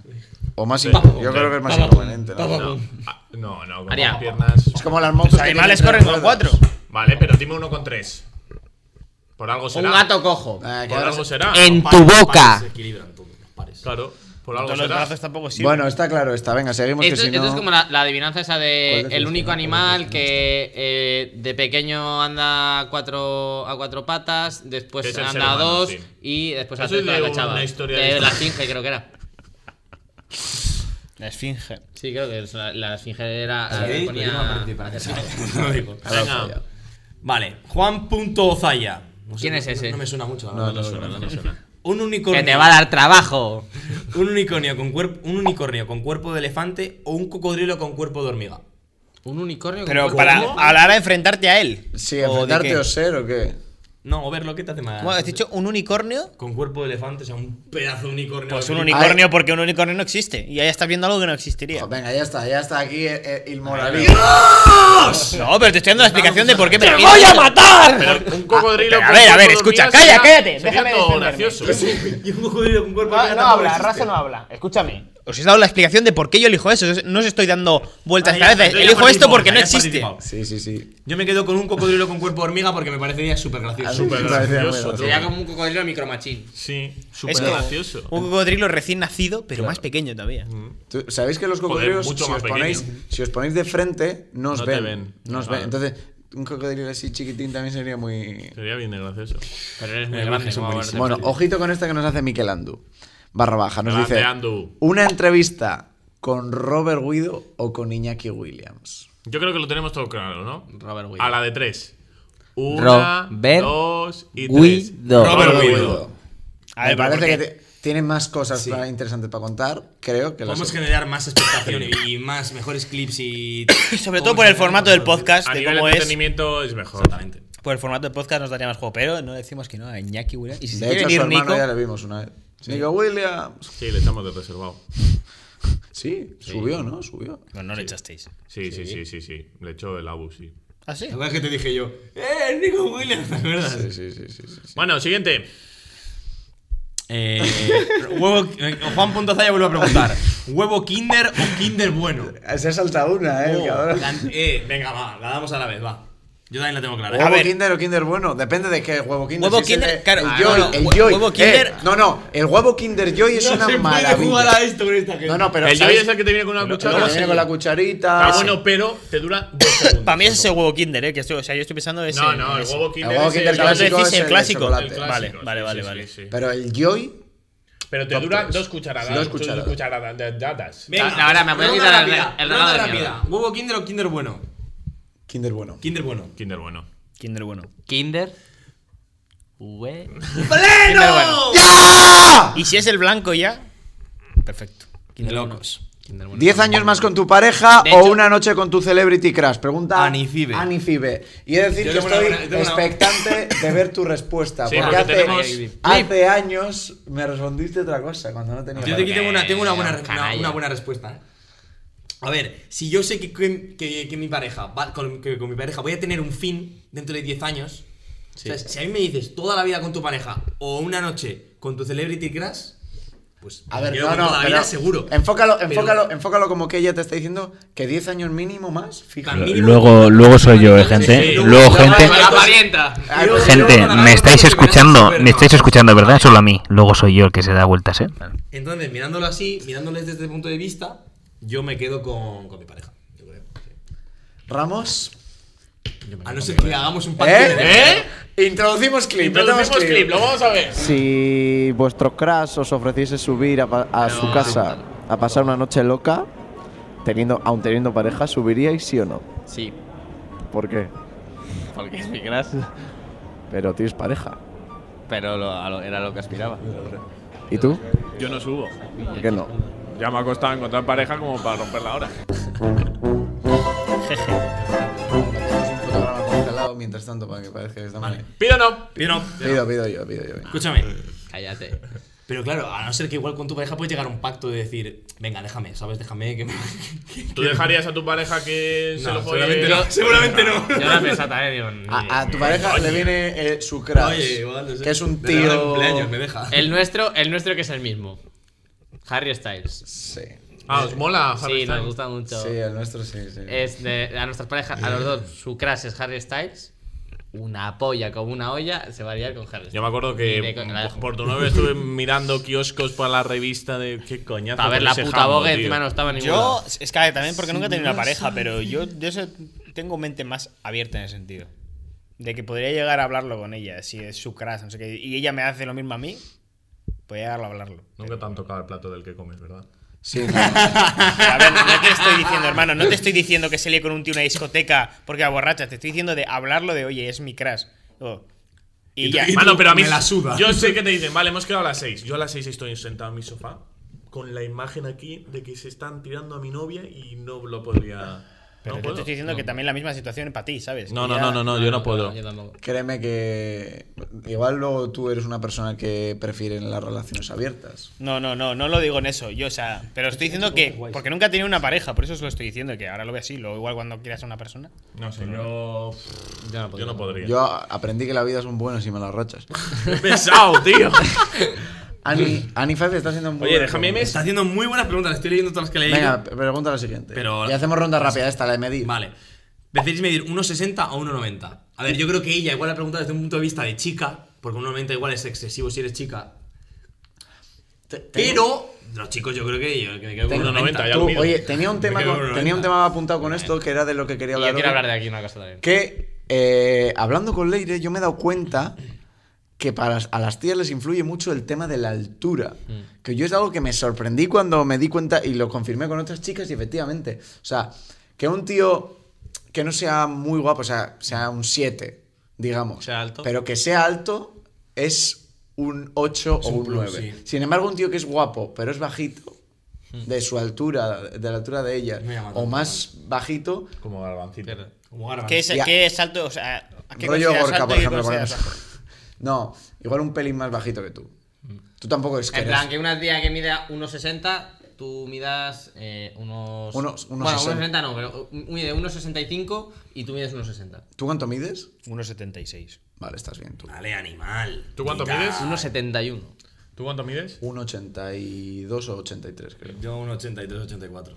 Speaker 1: O más, in- yo creo que es más
Speaker 4: Pum,
Speaker 1: inconveniente. la verdad.
Speaker 4: No.
Speaker 3: Ah, No, no, con
Speaker 4: Haría.
Speaker 3: tres piernas.
Speaker 1: Es como las motos.
Speaker 6: Los
Speaker 1: que
Speaker 6: animales
Speaker 1: tienen
Speaker 6: corren
Speaker 1: tres
Speaker 6: con cuatro.
Speaker 1: ruedas.
Speaker 3: Vale, pero dime uno con tres. Por algo
Speaker 4: Un
Speaker 3: será.
Speaker 4: gato cojo.
Speaker 1: Ah,
Speaker 3: Por
Speaker 1: claro.
Speaker 3: algo será.
Speaker 4: En
Speaker 5: Pares,
Speaker 4: tu boca.
Speaker 5: pares, se equilibran todos, pares.
Speaker 3: Claro, por algo
Speaker 6: Todos los
Speaker 3: será.
Speaker 6: brazos tampoco sirven.
Speaker 1: Bueno, está claro, está. Venga, seguimos
Speaker 4: Esto,
Speaker 1: que si
Speaker 4: esto
Speaker 1: no.
Speaker 4: es como la, la adivinanza esa de
Speaker 1: ¿Cuál de
Speaker 4: el
Speaker 1: todos?
Speaker 4: único
Speaker 1: ¿Cuál de
Speaker 4: animal que eh, de pequeño anda a cuatro, a cuatro patas,
Speaker 3: Que
Speaker 4: después
Speaker 3: es el ser
Speaker 4: anda a
Speaker 3: humano,
Speaker 4: dos
Speaker 3: sí.
Speaker 4: y después
Speaker 3: Eso
Speaker 4: hace
Speaker 3: es
Speaker 4: toda
Speaker 3: de
Speaker 4: la
Speaker 3: una
Speaker 4: chava.
Speaker 3: historia
Speaker 4: de
Speaker 3: de-
Speaker 4: la esfinge creo que era.
Speaker 6: La esfinge.
Speaker 4: Sí, creo que es la, la esfinge era...
Speaker 5: Así que,
Speaker 4: eh,
Speaker 5: pues, yo no aprendí
Speaker 4: ponía...
Speaker 5: para hacer nada. Lo digo.
Speaker 3: Venga.
Speaker 5: Vale, Juan.Zaya. No sé,
Speaker 4: ¿Quién
Speaker 5: no-
Speaker 4: es ese?
Speaker 5: No, no me suena mucho, la
Speaker 1: No,
Speaker 5: verdad.
Speaker 1: no,
Speaker 5: suena,
Speaker 1: no,
Speaker 5: me suena. Un unicornio.
Speaker 4: Que te va a dar trabajo.
Speaker 5: un, unicornio con cuerp- un unicornio con cuerpo de elefante o un cocodrilo con cuerpo de hormiga.
Speaker 4: Un unicornio con
Speaker 6: Pero
Speaker 4: cuerpo
Speaker 6: para,
Speaker 4: humano?
Speaker 6: a la hora de enfrentarte a él. ¿O
Speaker 1: Sí,
Speaker 6: de
Speaker 1: enfrentarte
Speaker 6: qué?
Speaker 1: o ser o qué.
Speaker 5: No, o verlo, ¿qué te hace más?
Speaker 6: ¿Cómo has dicho? ¿Un unicornio?
Speaker 5: Con cuerpo de elefante, o sea, un pedazo de unicornio.
Speaker 6: Pues un
Speaker 5: Hormiga.
Speaker 6: unicornio, porque un unicornio no existe. Y ahí estás viendo algo que no existiría.
Speaker 1: Jo, venga, ya está, ya está aquí eh, eh, el moralismo.
Speaker 6: No, pero te estoy dando la explicación de por qué me ¡Te
Speaker 4: voy a
Speaker 6: matar!
Speaker 3: Pero un cocodrilo.
Speaker 6: Ah, pero a
Speaker 3: con
Speaker 6: ver, a
Speaker 3: cuerpo
Speaker 6: ver,
Speaker 3: de
Speaker 6: escucha,
Speaker 3: hormiga sería-
Speaker 6: calla, cállate,
Speaker 3: sería
Speaker 6: déjame
Speaker 3: todo
Speaker 6: defenderme.
Speaker 3: gracioso.
Speaker 5: Y un cocodrilo con cuerpo de
Speaker 6: No,
Speaker 5: hormiga
Speaker 6: no
Speaker 5: tampoco
Speaker 6: habla,
Speaker 5: existe.
Speaker 6: Raza no habla. Escúchame. Os he dado la explicación de por qué yo elijo eso. No os estoy dando vueltas
Speaker 5: Ah,
Speaker 6: a
Speaker 5: ya,
Speaker 6: la cabeza.
Speaker 5: ya
Speaker 6: Elijo
Speaker 5: has
Speaker 6: esto porque
Speaker 5: participado,
Speaker 6: no
Speaker 5: ya has
Speaker 6: existe.
Speaker 5: participado.
Speaker 1: Sí, sí, sí.
Speaker 5: Yo me quedo con un cocodrilo con cuerpo de hormiga porque me parecería súper gracioso.
Speaker 1: Así me parecía muy
Speaker 3: gracioso,
Speaker 4: Sería
Speaker 1: gracioso.
Speaker 4: como un cocodrilo micromachín.
Speaker 3: Sí,
Speaker 6: Es
Speaker 3: súper
Speaker 6: como
Speaker 3: gracioso. Mm.
Speaker 6: un cocodrilo recién nacido, pero más pequeño todavía.
Speaker 1: Tú- ¿Sabéis que los
Speaker 3: Joder,
Speaker 1: cocodrilos,
Speaker 3: mucho
Speaker 1: si
Speaker 3: más
Speaker 1: os, ponéis,
Speaker 3: pequeño.
Speaker 1: si os ponéis de frente, no os
Speaker 3: No te
Speaker 1: ven?
Speaker 3: ven.
Speaker 1: No os
Speaker 3: Claro.
Speaker 1: ven. Entonces, un cocodrilo así chiquitín también sería muy.
Speaker 3: Sería bien de gracioso.
Speaker 4: Pero eres
Speaker 6: Eh,
Speaker 4: muy grande. como ahora te-
Speaker 1: Bueno, ojito con esta que nos hace Miquel Andu. Barra baja, nos
Speaker 3: Grande
Speaker 1: dice:
Speaker 3: Andu.
Speaker 1: Una entrevista con Robert Guido o con Iñaki Williams.
Speaker 3: Yo creo que lo tenemos todo claro, ¿no?
Speaker 4: Robert Williams.
Speaker 3: A la de tres. Una,
Speaker 4: Robert
Speaker 3: dos y tres.
Speaker 4: Guido.
Speaker 3: Robert Guido.
Speaker 6: A ver, pero
Speaker 1: Me parece
Speaker 6: ¿por
Speaker 1: que
Speaker 6: qué?
Speaker 1: te- tiene más cosas
Speaker 5: Sí.
Speaker 1: para- interesantes para contar, creo que las
Speaker 5: Podemos generar más expectación y, y más mejores clips y.
Speaker 6: Sobre todo por el formato del podcast,
Speaker 3: A
Speaker 6: de
Speaker 3: nivel de
Speaker 6: cómo es.
Speaker 3: entretenimiento es mejor.
Speaker 5: Exactamente.
Speaker 6: Por el formato del podcast nos daría más juego, pero no decimos que no a Iñaki Williams. Y si
Speaker 1: De
Speaker 6: quiere
Speaker 1: hecho, a su
Speaker 6: venir
Speaker 1: hermano
Speaker 6: Nico,
Speaker 1: ya le vimos una vez. Nico Williams.
Speaker 3: Sí, le echamos de reservado.
Speaker 1: Sí, subió, ¿no? Subió.
Speaker 6: Bueno, pues no le echasteis.
Speaker 3: Sí, sí, sí, sí, sí. Le echó el Abu, sí.
Speaker 6: ¿Ah, sí?
Speaker 5: ¿Te acuerdas que te dije yo? ¡Eh, Nico Williams! ¿Te acuerdas?
Speaker 1: Sí, sí, sí, sí, sí, sí.
Speaker 3: Bueno, siguiente.
Speaker 5: Eh, huevo, eh, Juan Pontozaya vuelve a preguntar: ¿Huevo Kinder o Kinder bueno?
Speaker 1: Se ha saltado una, eh, el
Speaker 5: Oh,
Speaker 1: cabrón.
Speaker 5: la- eh, venga, va, la damos a la vez, va. Yo también la tengo clara.
Speaker 1: ¿Huevo
Speaker 6: ver.
Speaker 1: Kinder o Kinder bueno? Depende de qué huevo Kinder.
Speaker 6: Huevo
Speaker 1: Si es el
Speaker 6: Kinder,
Speaker 1: de-
Speaker 6: claro.
Speaker 1: el
Speaker 6: Ah,
Speaker 1: Joy,
Speaker 6: no,
Speaker 1: el
Speaker 6: hue-
Speaker 1: Joy.
Speaker 6: huevo
Speaker 1: Eh,
Speaker 6: Kinder-
Speaker 1: no, no, el huevo Kinder Joy es
Speaker 5: no
Speaker 1: una
Speaker 5: se
Speaker 1: maravilla.
Speaker 5: puede jugar a esto con esta gente.
Speaker 1: No, no, pero
Speaker 3: el
Speaker 1: ¿sabes?
Speaker 3: Joy es el que te viene con una
Speaker 1: Lo que
Speaker 3: cuchara.
Speaker 1: viene con la cucharita.
Speaker 3: Está bueno, pues pero te dura dos segundos.
Speaker 6: Para mí es ese huevo Kinder, ¿eh? Que estoy, o sea, yo estoy pensando ese.
Speaker 3: No, no, el
Speaker 6: ese.
Speaker 3: huevo
Speaker 1: El
Speaker 3: Kinder.
Speaker 1: huevo
Speaker 3: es el-
Speaker 1: Kinder
Speaker 6: el que
Speaker 1: clásico
Speaker 6: decís,
Speaker 1: es
Speaker 6: el
Speaker 1: el
Speaker 6: clásico.
Speaker 1: clásico.
Speaker 3: el clásico,
Speaker 6: Vale,
Speaker 3: sí,
Speaker 6: vale,
Speaker 3: sí, sí,
Speaker 6: vale, vale.
Speaker 3: sí.
Speaker 1: Pero el Joy.
Speaker 3: Pero te
Speaker 1: Top
Speaker 3: dura
Speaker 1: tres.
Speaker 3: dos cucharadas.
Speaker 1: Dos
Speaker 3: Dos
Speaker 1: cucharadas.
Speaker 3: cucharadas. de dadas.
Speaker 4: Venga, ahora me voy a
Speaker 5: ronda
Speaker 4: quitar el-
Speaker 5: rápida,
Speaker 4: el
Speaker 5: ronda
Speaker 4: regalo de
Speaker 5: rápida.
Speaker 4: mierda.
Speaker 5: ¿Huevo Kinder o Kinder bueno?
Speaker 1: Kinder bueno.
Speaker 5: Kinder bueno.
Speaker 3: Kinder bueno.
Speaker 6: Kinder bueno.
Speaker 4: Kinder. V.
Speaker 5: ¡Pleno!
Speaker 6: bueno.
Speaker 1: ¡Ya!
Speaker 6: Y si es el blanco ya. Perfecto.
Speaker 5: De locos.
Speaker 4: Kinder bueno.
Speaker 1: ¿Diez años más con tu pareja
Speaker 4: De
Speaker 1: o
Speaker 4: hecho-
Speaker 1: una noche con tu celebrity crush? Pregunta
Speaker 5: Anifibe.
Speaker 1: Anifibe. Y he de decir
Speaker 5: Yo
Speaker 1: que
Speaker 5: tengo una
Speaker 1: estoy
Speaker 5: buena- tengo una-
Speaker 1: expectante de ver tu respuesta.
Speaker 3: Sí,
Speaker 1: porque
Speaker 3: porque
Speaker 1: hace,
Speaker 3: tenemos-
Speaker 1: hace años me respondiste otra cosa cuando no tenía
Speaker 5: Yo
Speaker 1: pareja.
Speaker 5: aquí tengo una, tengo una, buena,
Speaker 4: Eh,
Speaker 5: una-
Speaker 4: canalla.
Speaker 5: una buena respuesta. ¿eh? A ver, si yo sé que, que- que- que mi pareja va- con, que con mi pareja voy a tener un fin dentro de 10 años. o sea, si a mí me dices toda la vida con tu pareja o una noche con tu celebrity crush, pues
Speaker 1: A ver,
Speaker 5: quiero
Speaker 1: no,
Speaker 5: con
Speaker 1: no,
Speaker 5: toda la
Speaker 1: pero
Speaker 5: vida seguro.
Speaker 1: Enfócalo,
Speaker 5: Pero-
Speaker 1: enfócalo, enfócalo como que ella te está diciendo que 10 años mínimo más,
Speaker 5: Tan
Speaker 1: fíjate.
Speaker 5: mínimo-
Speaker 7: Luego- luego soy yo, eh, gente.
Speaker 5: Sí,
Speaker 7: Luego, gente-
Speaker 4: La parienta.
Speaker 1: Ay,
Speaker 5: Luego-
Speaker 7: Gente,
Speaker 5: luego-
Speaker 7: me estáis
Speaker 5: luego-
Speaker 7: escuchando,
Speaker 5: luego-
Speaker 7: me estáis escuchando, ¿verdad? Solo a mí. Luego soy yo el que se da vueltas, ¿eh?
Speaker 5: Entonces, mirándolo así, mirándoles desde el punto de vista, yo me quedo con, con mi pareja. yo creo, sí.
Speaker 1: Ramos.
Speaker 5: A no ser que le hagamos un pacto de-
Speaker 1: ¿Eh? Introducimos clip.
Speaker 3: Introducimos
Speaker 1: metemos
Speaker 3: clip, lo vamos a ver.
Speaker 8: Si vuestro crush os ofreciese subir a, pa- a su casa a pasar una noche loca, teniendo, aun teniendo pareja, ¿subiríais sí o no?
Speaker 4: Sí.
Speaker 8: ¿Por qué?
Speaker 9: Porque es mi crush,
Speaker 8: Pero tienes pareja.
Speaker 9: pero lo- a lo- era lo que aspiraba.
Speaker 8: ¿Y tú?
Speaker 10: Yo no subo.
Speaker 8: ¿Por qué no?
Speaker 10: Ya me ha costado encontrar pareja como para romper la hora.
Speaker 1: un fotograma congelado mientras tanto para que parezca que estamos.
Speaker 3: Pido no.
Speaker 5: Pero no,
Speaker 1: Pido, pido yo, pido yo.
Speaker 5: escúchame.
Speaker 4: Cállate.
Speaker 5: Pero claro, a no ser que igual con tu pareja puede llegar a un pacto de decir, venga, déjame, ¿sabes? Déjame que me...
Speaker 3: ¿Tú dejarías a tu pareja que se
Speaker 5: No,
Speaker 3: lo folle?
Speaker 5: seguramente no, seguramente no.
Speaker 4: Yo la pensaba también, digo. ni-
Speaker 1: A, a tu pareja le viene eh, su crush,
Speaker 5: Oye, igual, no sé.
Speaker 1: que es un
Speaker 5: Me regala
Speaker 1: tío.
Speaker 5: cumpleaños, me deja.
Speaker 4: El nuestro, el nuestro que es el mismo. Harry Styles.
Speaker 1: Sí,
Speaker 3: Ah, os mola, Harry
Speaker 4: Sí, nos
Speaker 3: Styles?
Speaker 4: gusta mucho.
Speaker 1: sí, el nuestro sí, sí.
Speaker 4: Es de, a nuestras parejas, a los dos, su crush es Harry Styles. Una polla como una olla se va a liar con Harry Styles.
Speaker 3: Yo me acuerdo
Speaker 4: Y
Speaker 3: que
Speaker 4: de co- la dejo.
Speaker 3: por- por tu novio estuve mirando kioscos para la revista de qué coñazo.
Speaker 4: Para ver la
Speaker 3: con ese
Speaker 4: puta
Speaker 3: jambo,
Speaker 4: boga,
Speaker 3: tío.
Speaker 4: encima no estaba ninguna.
Speaker 6: Yo, es que también porque nunca he tenido una pareja, pero yo de eso tengo mente más abierta en ese sentido. De que podría llegar a hablarlo con ella, si es su crush, no sé qué, y ella me hace lo mismo a mí, podría llegar a hablarlo.
Speaker 3: Nunca te han tocado el plato del que comes, ¿verdad?
Speaker 1: Sí, no.
Speaker 6: Pero a ver, no te estoy diciendo, hermano, no te estoy diciendo que se líe con un tío a una discoteca porque va borracha, te estoy diciendo de hablarlo de, oye, es mi crush. O- y ya.
Speaker 5: tú-
Speaker 3: Mano, pero a mí
Speaker 5: me la suda.
Speaker 3: Yo sé que te dicen, vale, hemos quedado a las 6. Yo a las 6 estoy sentado en mi sofá con la imagen aquí de que se están tirando a mi novia y no lo podría.
Speaker 6: Pero
Speaker 3: no
Speaker 6: yo
Speaker 3: puedo.
Speaker 6: te estoy diciendo que también la misma situación para ti, ¿sabes?
Speaker 3: No,
Speaker 6: Que
Speaker 3: no,
Speaker 6: ya-
Speaker 3: no, no, no, yo no puedo.
Speaker 4: yo tampoco.
Speaker 1: Créeme que igual luego tú eres una persona que prefiere las relaciones abiertas.
Speaker 6: No, no, no, no lo digo en eso. Yo, o sea, pero estoy diciendo que. Porque nunca he tenido una pareja, por eso os lo estoy diciendo, que ahora lo veo así, luego igual cuando quieras a una persona.
Speaker 3: No sé, yo.
Speaker 4: Yo no puedo.
Speaker 3: Yo no podría.
Speaker 1: Yo a- aprendí que la vida son buenas y malas rachas.
Speaker 3: Qué pesado, tío.
Speaker 1: Ani, Ani Five está haciendo muy
Speaker 3: Oye,
Speaker 1: buena
Speaker 3: déjame
Speaker 1: pregunta.
Speaker 3: mes.
Speaker 5: Está haciendo muy buenas preguntas, estoy leyendo todas las que le he
Speaker 1: Venga,
Speaker 5: leído.
Speaker 1: pregunta la siguiente.
Speaker 5: Pero-
Speaker 1: y hacemos ronda rápida esta, la de medir.
Speaker 5: Vale. ¿Preferís medir 1,60 o 1,90? A ver, yo creo que ella igual la pregunta desde un punto de vista de chica, porque 1,90 igual es excesivo si eres chica. Pero los chicos yo creo que, yo, que me quedo con
Speaker 1: Tengo-
Speaker 5: 1,90.
Speaker 3: ya
Speaker 1: Tú,
Speaker 3: lo mido.
Speaker 1: oye, tenía un
Speaker 5: Me
Speaker 1: tema,
Speaker 5: quedo
Speaker 1: con-
Speaker 5: con
Speaker 1: tenía un
Speaker 5: 90.
Speaker 1: tema apuntado con esto que era de lo que quería
Speaker 4: Y
Speaker 1: hablar.
Speaker 4: yo quiero
Speaker 1: hoy.
Speaker 4: hablar de aquí una cosa también.
Speaker 1: Que eh, hablando con Leire, yo me he dado cuenta que para las- a las tías les influye mucho el tema de la altura.
Speaker 5: Mm.
Speaker 1: Que yo es algo que me sorprendí cuando me di cuenta y lo confirmé con otras chicas y efectivamente. O sea, que un tío que no sea muy guapo, o sea, sea un 7, digamos.
Speaker 4: Sea alto.
Speaker 1: Pero que sea alto es un 8 o
Speaker 5: un
Speaker 1: un
Speaker 5: plus,
Speaker 1: 9.
Speaker 5: sí. Mm.
Speaker 1: Sin embargo, un tío que es guapo, pero es bajito, de su altura, de la altura de ella,
Speaker 5: Me llama
Speaker 1: o
Speaker 5: tanto,
Speaker 1: más bajito,
Speaker 3: Como garbancito.
Speaker 5: Como Garban.
Speaker 6: ¿Qué es,
Speaker 1: Ya.
Speaker 6: qué es salto? O sea, ¿a qué
Speaker 1: rollo
Speaker 6: consideras
Speaker 1: Gorka,
Speaker 6: salto
Speaker 1: por
Speaker 6: y
Speaker 1: ejemplo.
Speaker 6: consideras
Speaker 1: por
Speaker 6: bajo? Mm.
Speaker 1: ejemplo. No, igual un pelín más bajito que tú. Tú tampoco es que
Speaker 4: En
Speaker 1: eres-
Speaker 4: plan, que una tía que mida 1,60, tú midas eh, unos.
Speaker 1: Unos- unos
Speaker 4: bueno,
Speaker 1: 60.
Speaker 4: 1,60 no, pero eh, mide 1,65 y tú mides 1,60.
Speaker 1: ¿Tú cuánto mides?
Speaker 6: 1,76.
Speaker 1: Vale, estás bien tú.
Speaker 5: Dale, animal.
Speaker 3: ¿Tú cuánto
Speaker 5: Mira.
Speaker 3: mides?
Speaker 4: 1,71.
Speaker 3: ¿Tú cuánto mides?
Speaker 1: Un 82 o 83, creo.
Speaker 5: Yo un 83, 84.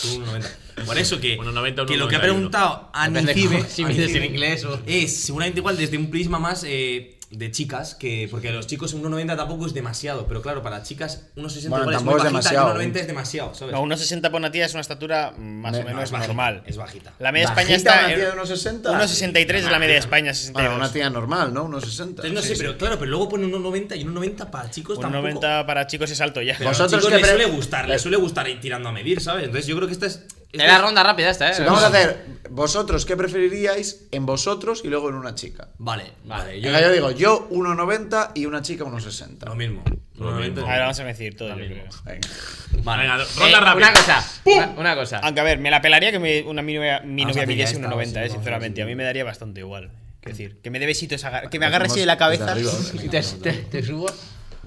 Speaker 5: Tú un 90. Por eso que,
Speaker 3: Bueno, 90, un
Speaker 5: que lo que ha
Speaker 3: 91.
Speaker 5: preguntado
Speaker 4: Depende de
Speaker 5: Anicibe
Speaker 4: cómo- si mides en inglés o-
Speaker 5: es seguramente igual desde un prisma más eh, de chicas, que porque los chicos un 1,90 tampoco es demasiado, pero claro, para chicas 1,60
Speaker 1: Bueno,
Speaker 5: igual es muy
Speaker 1: tampoco es
Speaker 5: bajita y
Speaker 1: demasiado.
Speaker 5: 1,90 es demasiado, ¿sabes?
Speaker 6: No, 1,60 por una tía es una estatura más o
Speaker 1: Me-
Speaker 6: menos
Speaker 5: es bajita,
Speaker 6: normal.
Speaker 5: Es bajita.
Speaker 6: La media de
Speaker 1: ¿Bajita
Speaker 6: España está.
Speaker 1: una tía
Speaker 6: en-
Speaker 1: de 1,60?
Speaker 6: 1,63 es la media de España, 62.
Speaker 1: Bueno, una tía normal, ¿no? Unos 60.
Speaker 5: Entonces, no sé, pero claro, pero luego pone un 1,90 y un 1,90 para chicos
Speaker 6: Un
Speaker 5: Pues tampoco.
Speaker 6: 90 para chicos es alto ya.
Speaker 5: Pero a los
Speaker 1: Vosotros
Speaker 5: chicos
Speaker 1: que
Speaker 5: les
Speaker 1: pre-
Speaker 5: suele gustar, les suele gustar ir tirando a medir, ¿sabes? Entonces yo creo que esta es... esta
Speaker 4: Era
Speaker 5: es-
Speaker 4: ronda rápida esta, eh.
Speaker 1: Sí, vamos a hacer vosotros, ¿qué preferiríais en vosotros y luego en una chica?
Speaker 5: Vale, vale.
Speaker 1: Venga, yo digo, yo 1,90 y una chica 1,60.
Speaker 5: Lo mismo.
Speaker 3: mismo.
Speaker 6: A ver, vamos a decir todo, yo creo.
Speaker 1: Venga.
Speaker 5: Vale,
Speaker 3: Venga,
Speaker 5: venga,
Speaker 4: Eh,
Speaker 3: ronda rápida.
Speaker 4: Una cosa, una, una cosa.
Speaker 6: Aunque a ver, me la pelaría que mi, una, mi novia, mi
Speaker 5: Vamos
Speaker 6: novia
Speaker 5: a pillar
Speaker 6: midiese
Speaker 5: esta,
Speaker 6: 1,90, eh,
Speaker 5: vamos a
Speaker 6: sinceramente.
Speaker 5: pillar.
Speaker 6: A mí me daría bastante igual. Es decir, que me dé besitos, agar- que me
Speaker 1: Hacemos
Speaker 6: agarre así de la cabeza.
Speaker 1: desde arriba,
Speaker 4: Y
Speaker 1: venga.
Speaker 4: te, te- te subo.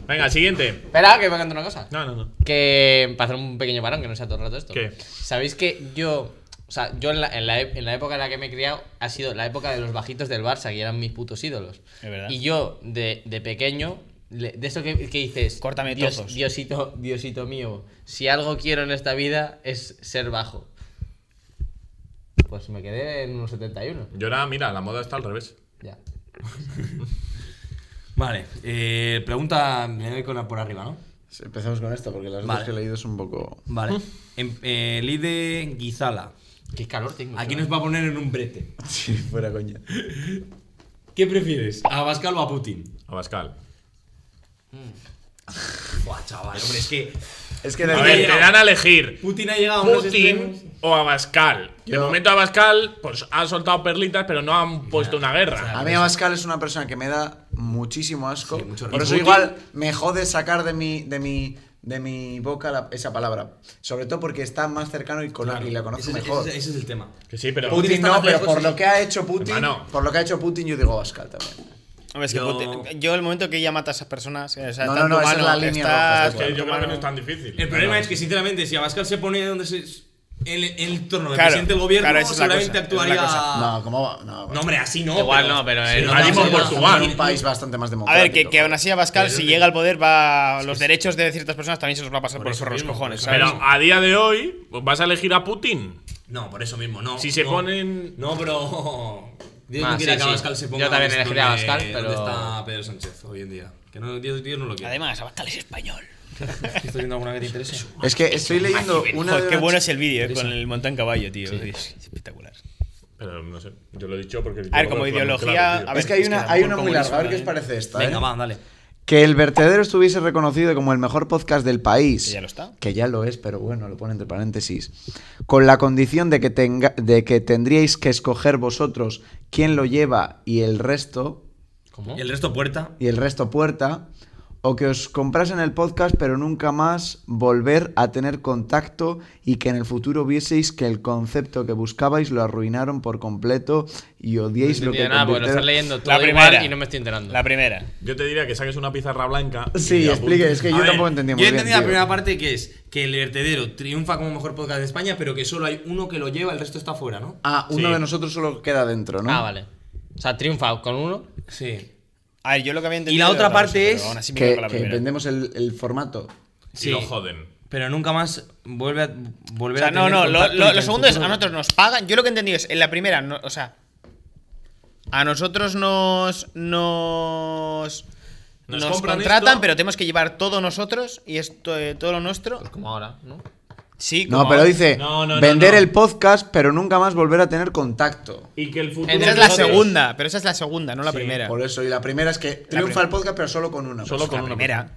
Speaker 3: Venga, siguiente.
Speaker 4: Espera, que me canto una cosa.
Speaker 3: No, no, no.
Speaker 4: Que para hacer un pequeño parón, que no sea todo el rato esto.
Speaker 3: ¿Qué?
Speaker 4: ¿Sabéis que yo, o sea, yo en la, en la e- en la época en la que me he criado ha sido la época de los bajitos del Barça, que eran mis putos ídolos?
Speaker 6: Es verdad.
Speaker 4: Y yo, de, de pequeño, le- de esto que, que dices,
Speaker 6: Córtame
Speaker 4: "Dios-
Speaker 6: trozos".
Speaker 4: Diosito, Diosito mío, si algo quiero en esta vida es ser bajo. Pues me quedé en unos 71.
Speaker 3: Yo ahora, mira, la moda está al revés.
Speaker 4: Ya.
Speaker 5: Vale, eh, pregunta, me doy con la por arriba, ¿no?
Speaker 1: Sí, Empecemos con esta porque las
Speaker 5: Vale.
Speaker 1: otras que he leído son un poco.
Speaker 5: Vale. En, eh, Lide Guizala.
Speaker 4: Qué calor tengo.
Speaker 5: Aquí
Speaker 4: chaval.
Speaker 5: nos va a poner en un brete.
Speaker 1: Sí, fuera coña.
Speaker 5: ¿Qué prefieres? ¿A Pascal o a Putin?
Speaker 3: Abascal.
Speaker 5: Buah, chaval, hombre, es que
Speaker 1: Es que
Speaker 3: A
Speaker 1: desde-
Speaker 3: ver, te dan a elegir.
Speaker 5: Putin ha llegado a unos extremos.
Speaker 3: Putin o Abascal. De
Speaker 1: Yo-
Speaker 3: momento Abascal pues ha soltado perlitas, pero no han puesto una guerra.
Speaker 1: A mí Abascal es una persona que me da muchísimo asco.
Speaker 5: Sí, mucho
Speaker 1: por eso
Speaker 5: asco. ¿Y Putin?
Speaker 1: igual me jode sacar de mi, de mi, de mi boca la- esa palabra. Sobre todo porque está más cercano y, con, y la conozco
Speaker 5: Ese es-
Speaker 1: mejor.
Speaker 5: Ese, ese es el tema.
Speaker 3: Que sí, pero
Speaker 1: Putin
Speaker 5: está
Speaker 1: no,
Speaker 5: más
Speaker 1: pero
Speaker 5: lejos,
Speaker 1: por
Speaker 5: sí.
Speaker 1: lo que ha hecho Putin,
Speaker 3: Hermano.
Speaker 1: por lo que ha hecho Putin, yo digo Abascal también.
Speaker 6: Hombre, es que
Speaker 5: Yo-
Speaker 6: pute- yo el momento que ella mata a esas personas, o sea,
Speaker 1: No, no,
Speaker 6: tanto
Speaker 1: no, esa es
Speaker 6: humano,
Speaker 1: la línea
Speaker 6: está-
Speaker 1: roja, está
Speaker 3: Es que
Speaker 1: claro.
Speaker 3: yo creo que no es tan difícil.
Speaker 5: El problema es que, sinceramente, si Abascal se pone donde se. El, el torno de
Speaker 6: Claro,
Speaker 5: presidente del gobierno,
Speaker 6: claro, esa es la
Speaker 5: seguramente
Speaker 6: cosa, esa es la
Speaker 5: actuaría.
Speaker 6: cosa.
Speaker 1: No, ¿cómo va? No,
Speaker 5: Ah. No, hombre, así no.
Speaker 4: Igual no, pero el-
Speaker 5: no,
Speaker 3: Igual
Speaker 5: no,
Speaker 3: Portugal.
Speaker 1: un país bastante más
Speaker 6: A
Speaker 1: democrático.
Speaker 6: ver, que, que aún así Abascal,
Speaker 5: Pero
Speaker 6: si
Speaker 5: yo-
Speaker 6: llega al poder, va los derechos de ciertas personas también se los va a pasar por,
Speaker 5: eso
Speaker 6: los
Speaker 5: mismo,
Speaker 6: cojones,
Speaker 5: por
Speaker 6: ¿sabes?
Speaker 3: Pero a día de hoy, pues, ¿vas a elegir a Putin?
Speaker 5: No, por eso mismo, no.
Speaker 3: Si se
Speaker 5: no.
Speaker 3: ponen-
Speaker 5: No, pero. Dios
Speaker 4: Ah,
Speaker 5: no quiera
Speaker 4: sí,
Speaker 5: que
Speaker 4: sí.
Speaker 5: Abascal se ponga.
Speaker 4: Yo también
Speaker 5: donde-
Speaker 4: elegiría a Abascal,
Speaker 5: donde
Speaker 4: pero-
Speaker 5: está Pedro Sánchez hoy en día? Que no, Dios, Dios no lo quiere.
Speaker 6: Además, Abascal es español.
Speaker 5: ¿Estás viendo alguna que te interese?
Speaker 1: Es que estoy leyendo una.
Speaker 6: Joder,
Speaker 1: de
Speaker 6: qué
Speaker 1: una
Speaker 6: bueno
Speaker 1: chi-
Speaker 6: es el vídeo, eh, con el montón caballo, tío. Es espectacular.
Speaker 3: Pero no sé, yo lo he dicho porque.
Speaker 6: A ver, como
Speaker 3: lo- lo-
Speaker 6: ideología,
Speaker 3: claro, tío.
Speaker 6: a ver,
Speaker 1: es que hay
Speaker 6: es que
Speaker 1: una,
Speaker 6: tampoco
Speaker 1: hay una muy
Speaker 6: comunismo,
Speaker 1: larga. A ver qué os
Speaker 6: ¿eh?
Speaker 1: parece esta.
Speaker 5: Venga,
Speaker 1: ¿eh?
Speaker 5: va, Ah, dale.
Speaker 1: Que el vertedero estuviese reconocido como el mejor podcast del país.
Speaker 6: Que ya lo está.
Speaker 1: Que ya lo es, pero bueno, lo pone entre paréntesis. Con la condición de que, tenga- de que tendríais que escoger vosotros quién lo lleva y el resto,
Speaker 4: ¿Cómo?
Speaker 5: ¿Y el resto puerta?
Speaker 1: y el resto puerta. O que os comprasen el podcast, pero nunca más volver a tener contacto y que en el futuro vieseis que el concepto que buscabais lo arruinaron por completo y
Speaker 4: No
Speaker 1: odiéis lo
Speaker 4: entendí
Speaker 1: que
Speaker 4: nada, porque lo estás
Speaker 1: convirtieron-
Speaker 4: leyendo todo
Speaker 6: La
Speaker 4: igual
Speaker 6: primera.
Speaker 4: y no me estoy enterando.
Speaker 6: La primera.
Speaker 3: Yo te diría que saques una pizarra blanca. y
Speaker 1: Sí,
Speaker 3: ya
Speaker 1: explique, es
Speaker 3: apuntes.
Speaker 1: que
Speaker 5: A
Speaker 1: yo
Speaker 5: ver,
Speaker 1: tampoco entendí muy
Speaker 5: Yo
Speaker 1: bien,
Speaker 5: entendí la
Speaker 1: tío.
Speaker 5: primera parte que es que el vertedero triunfa como mejor podcast de España, pero que solo hay uno que lo lleva, el resto está fuera, ¿no?
Speaker 1: Ah, uno
Speaker 3: Sí.
Speaker 1: de nosotros solo queda dentro, ¿no?
Speaker 4: Ah, vale. O sea, triunfa con uno.
Speaker 5: Sí.
Speaker 6: A ver, yo lo que había entendido.
Speaker 5: la
Speaker 6: era
Speaker 5: otra
Speaker 6: otra cosa,
Speaker 5: parte
Speaker 6: pero
Speaker 5: es
Speaker 6: aún así me quedo
Speaker 1: Que,
Speaker 6: con la
Speaker 1: que
Speaker 6: primera.
Speaker 1: vendemos el, el formato.
Speaker 5: Sí.
Speaker 3: Y lo joden.
Speaker 5: Pero nunca más vuelve a.
Speaker 6: O
Speaker 5: Volver
Speaker 6: sea,
Speaker 5: a
Speaker 6: no,
Speaker 5: tener
Speaker 6: no, lo, lo-
Speaker 5: contacto y que
Speaker 6: lo
Speaker 5: en
Speaker 6: segundo es, a
Speaker 5: futuro-
Speaker 6: nosotros nos pagan. Yo lo que he entendido es, en la primera, no- o sea, a nosotros nos. Nos,
Speaker 3: Nos
Speaker 6: nos,
Speaker 3: compran
Speaker 6: contratan,
Speaker 3: esto.
Speaker 6: pero tenemos que llevar todo nosotros y esto, eh, todo lo nuestro.
Speaker 4: Como ahora, ¿no?
Speaker 6: Sí,
Speaker 1: No,
Speaker 6: como
Speaker 1: pero
Speaker 6: ahora.
Speaker 1: dice
Speaker 3: No, no, no,
Speaker 1: vender
Speaker 3: no.
Speaker 1: el podcast, pero nunca más volver a tener contacto.
Speaker 3: Y que el futuro.
Speaker 6: Esa es la segunda, pero esa es la segunda, no la
Speaker 5: Sí,
Speaker 6: primera.
Speaker 1: Por eso, y la primera es que triunfa el podcast, pero solo con una.
Speaker 3: Solo
Speaker 1: persona.
Speaker 3: con
Speaker 6: la
Speaker 3: una
Speaker 6: primera.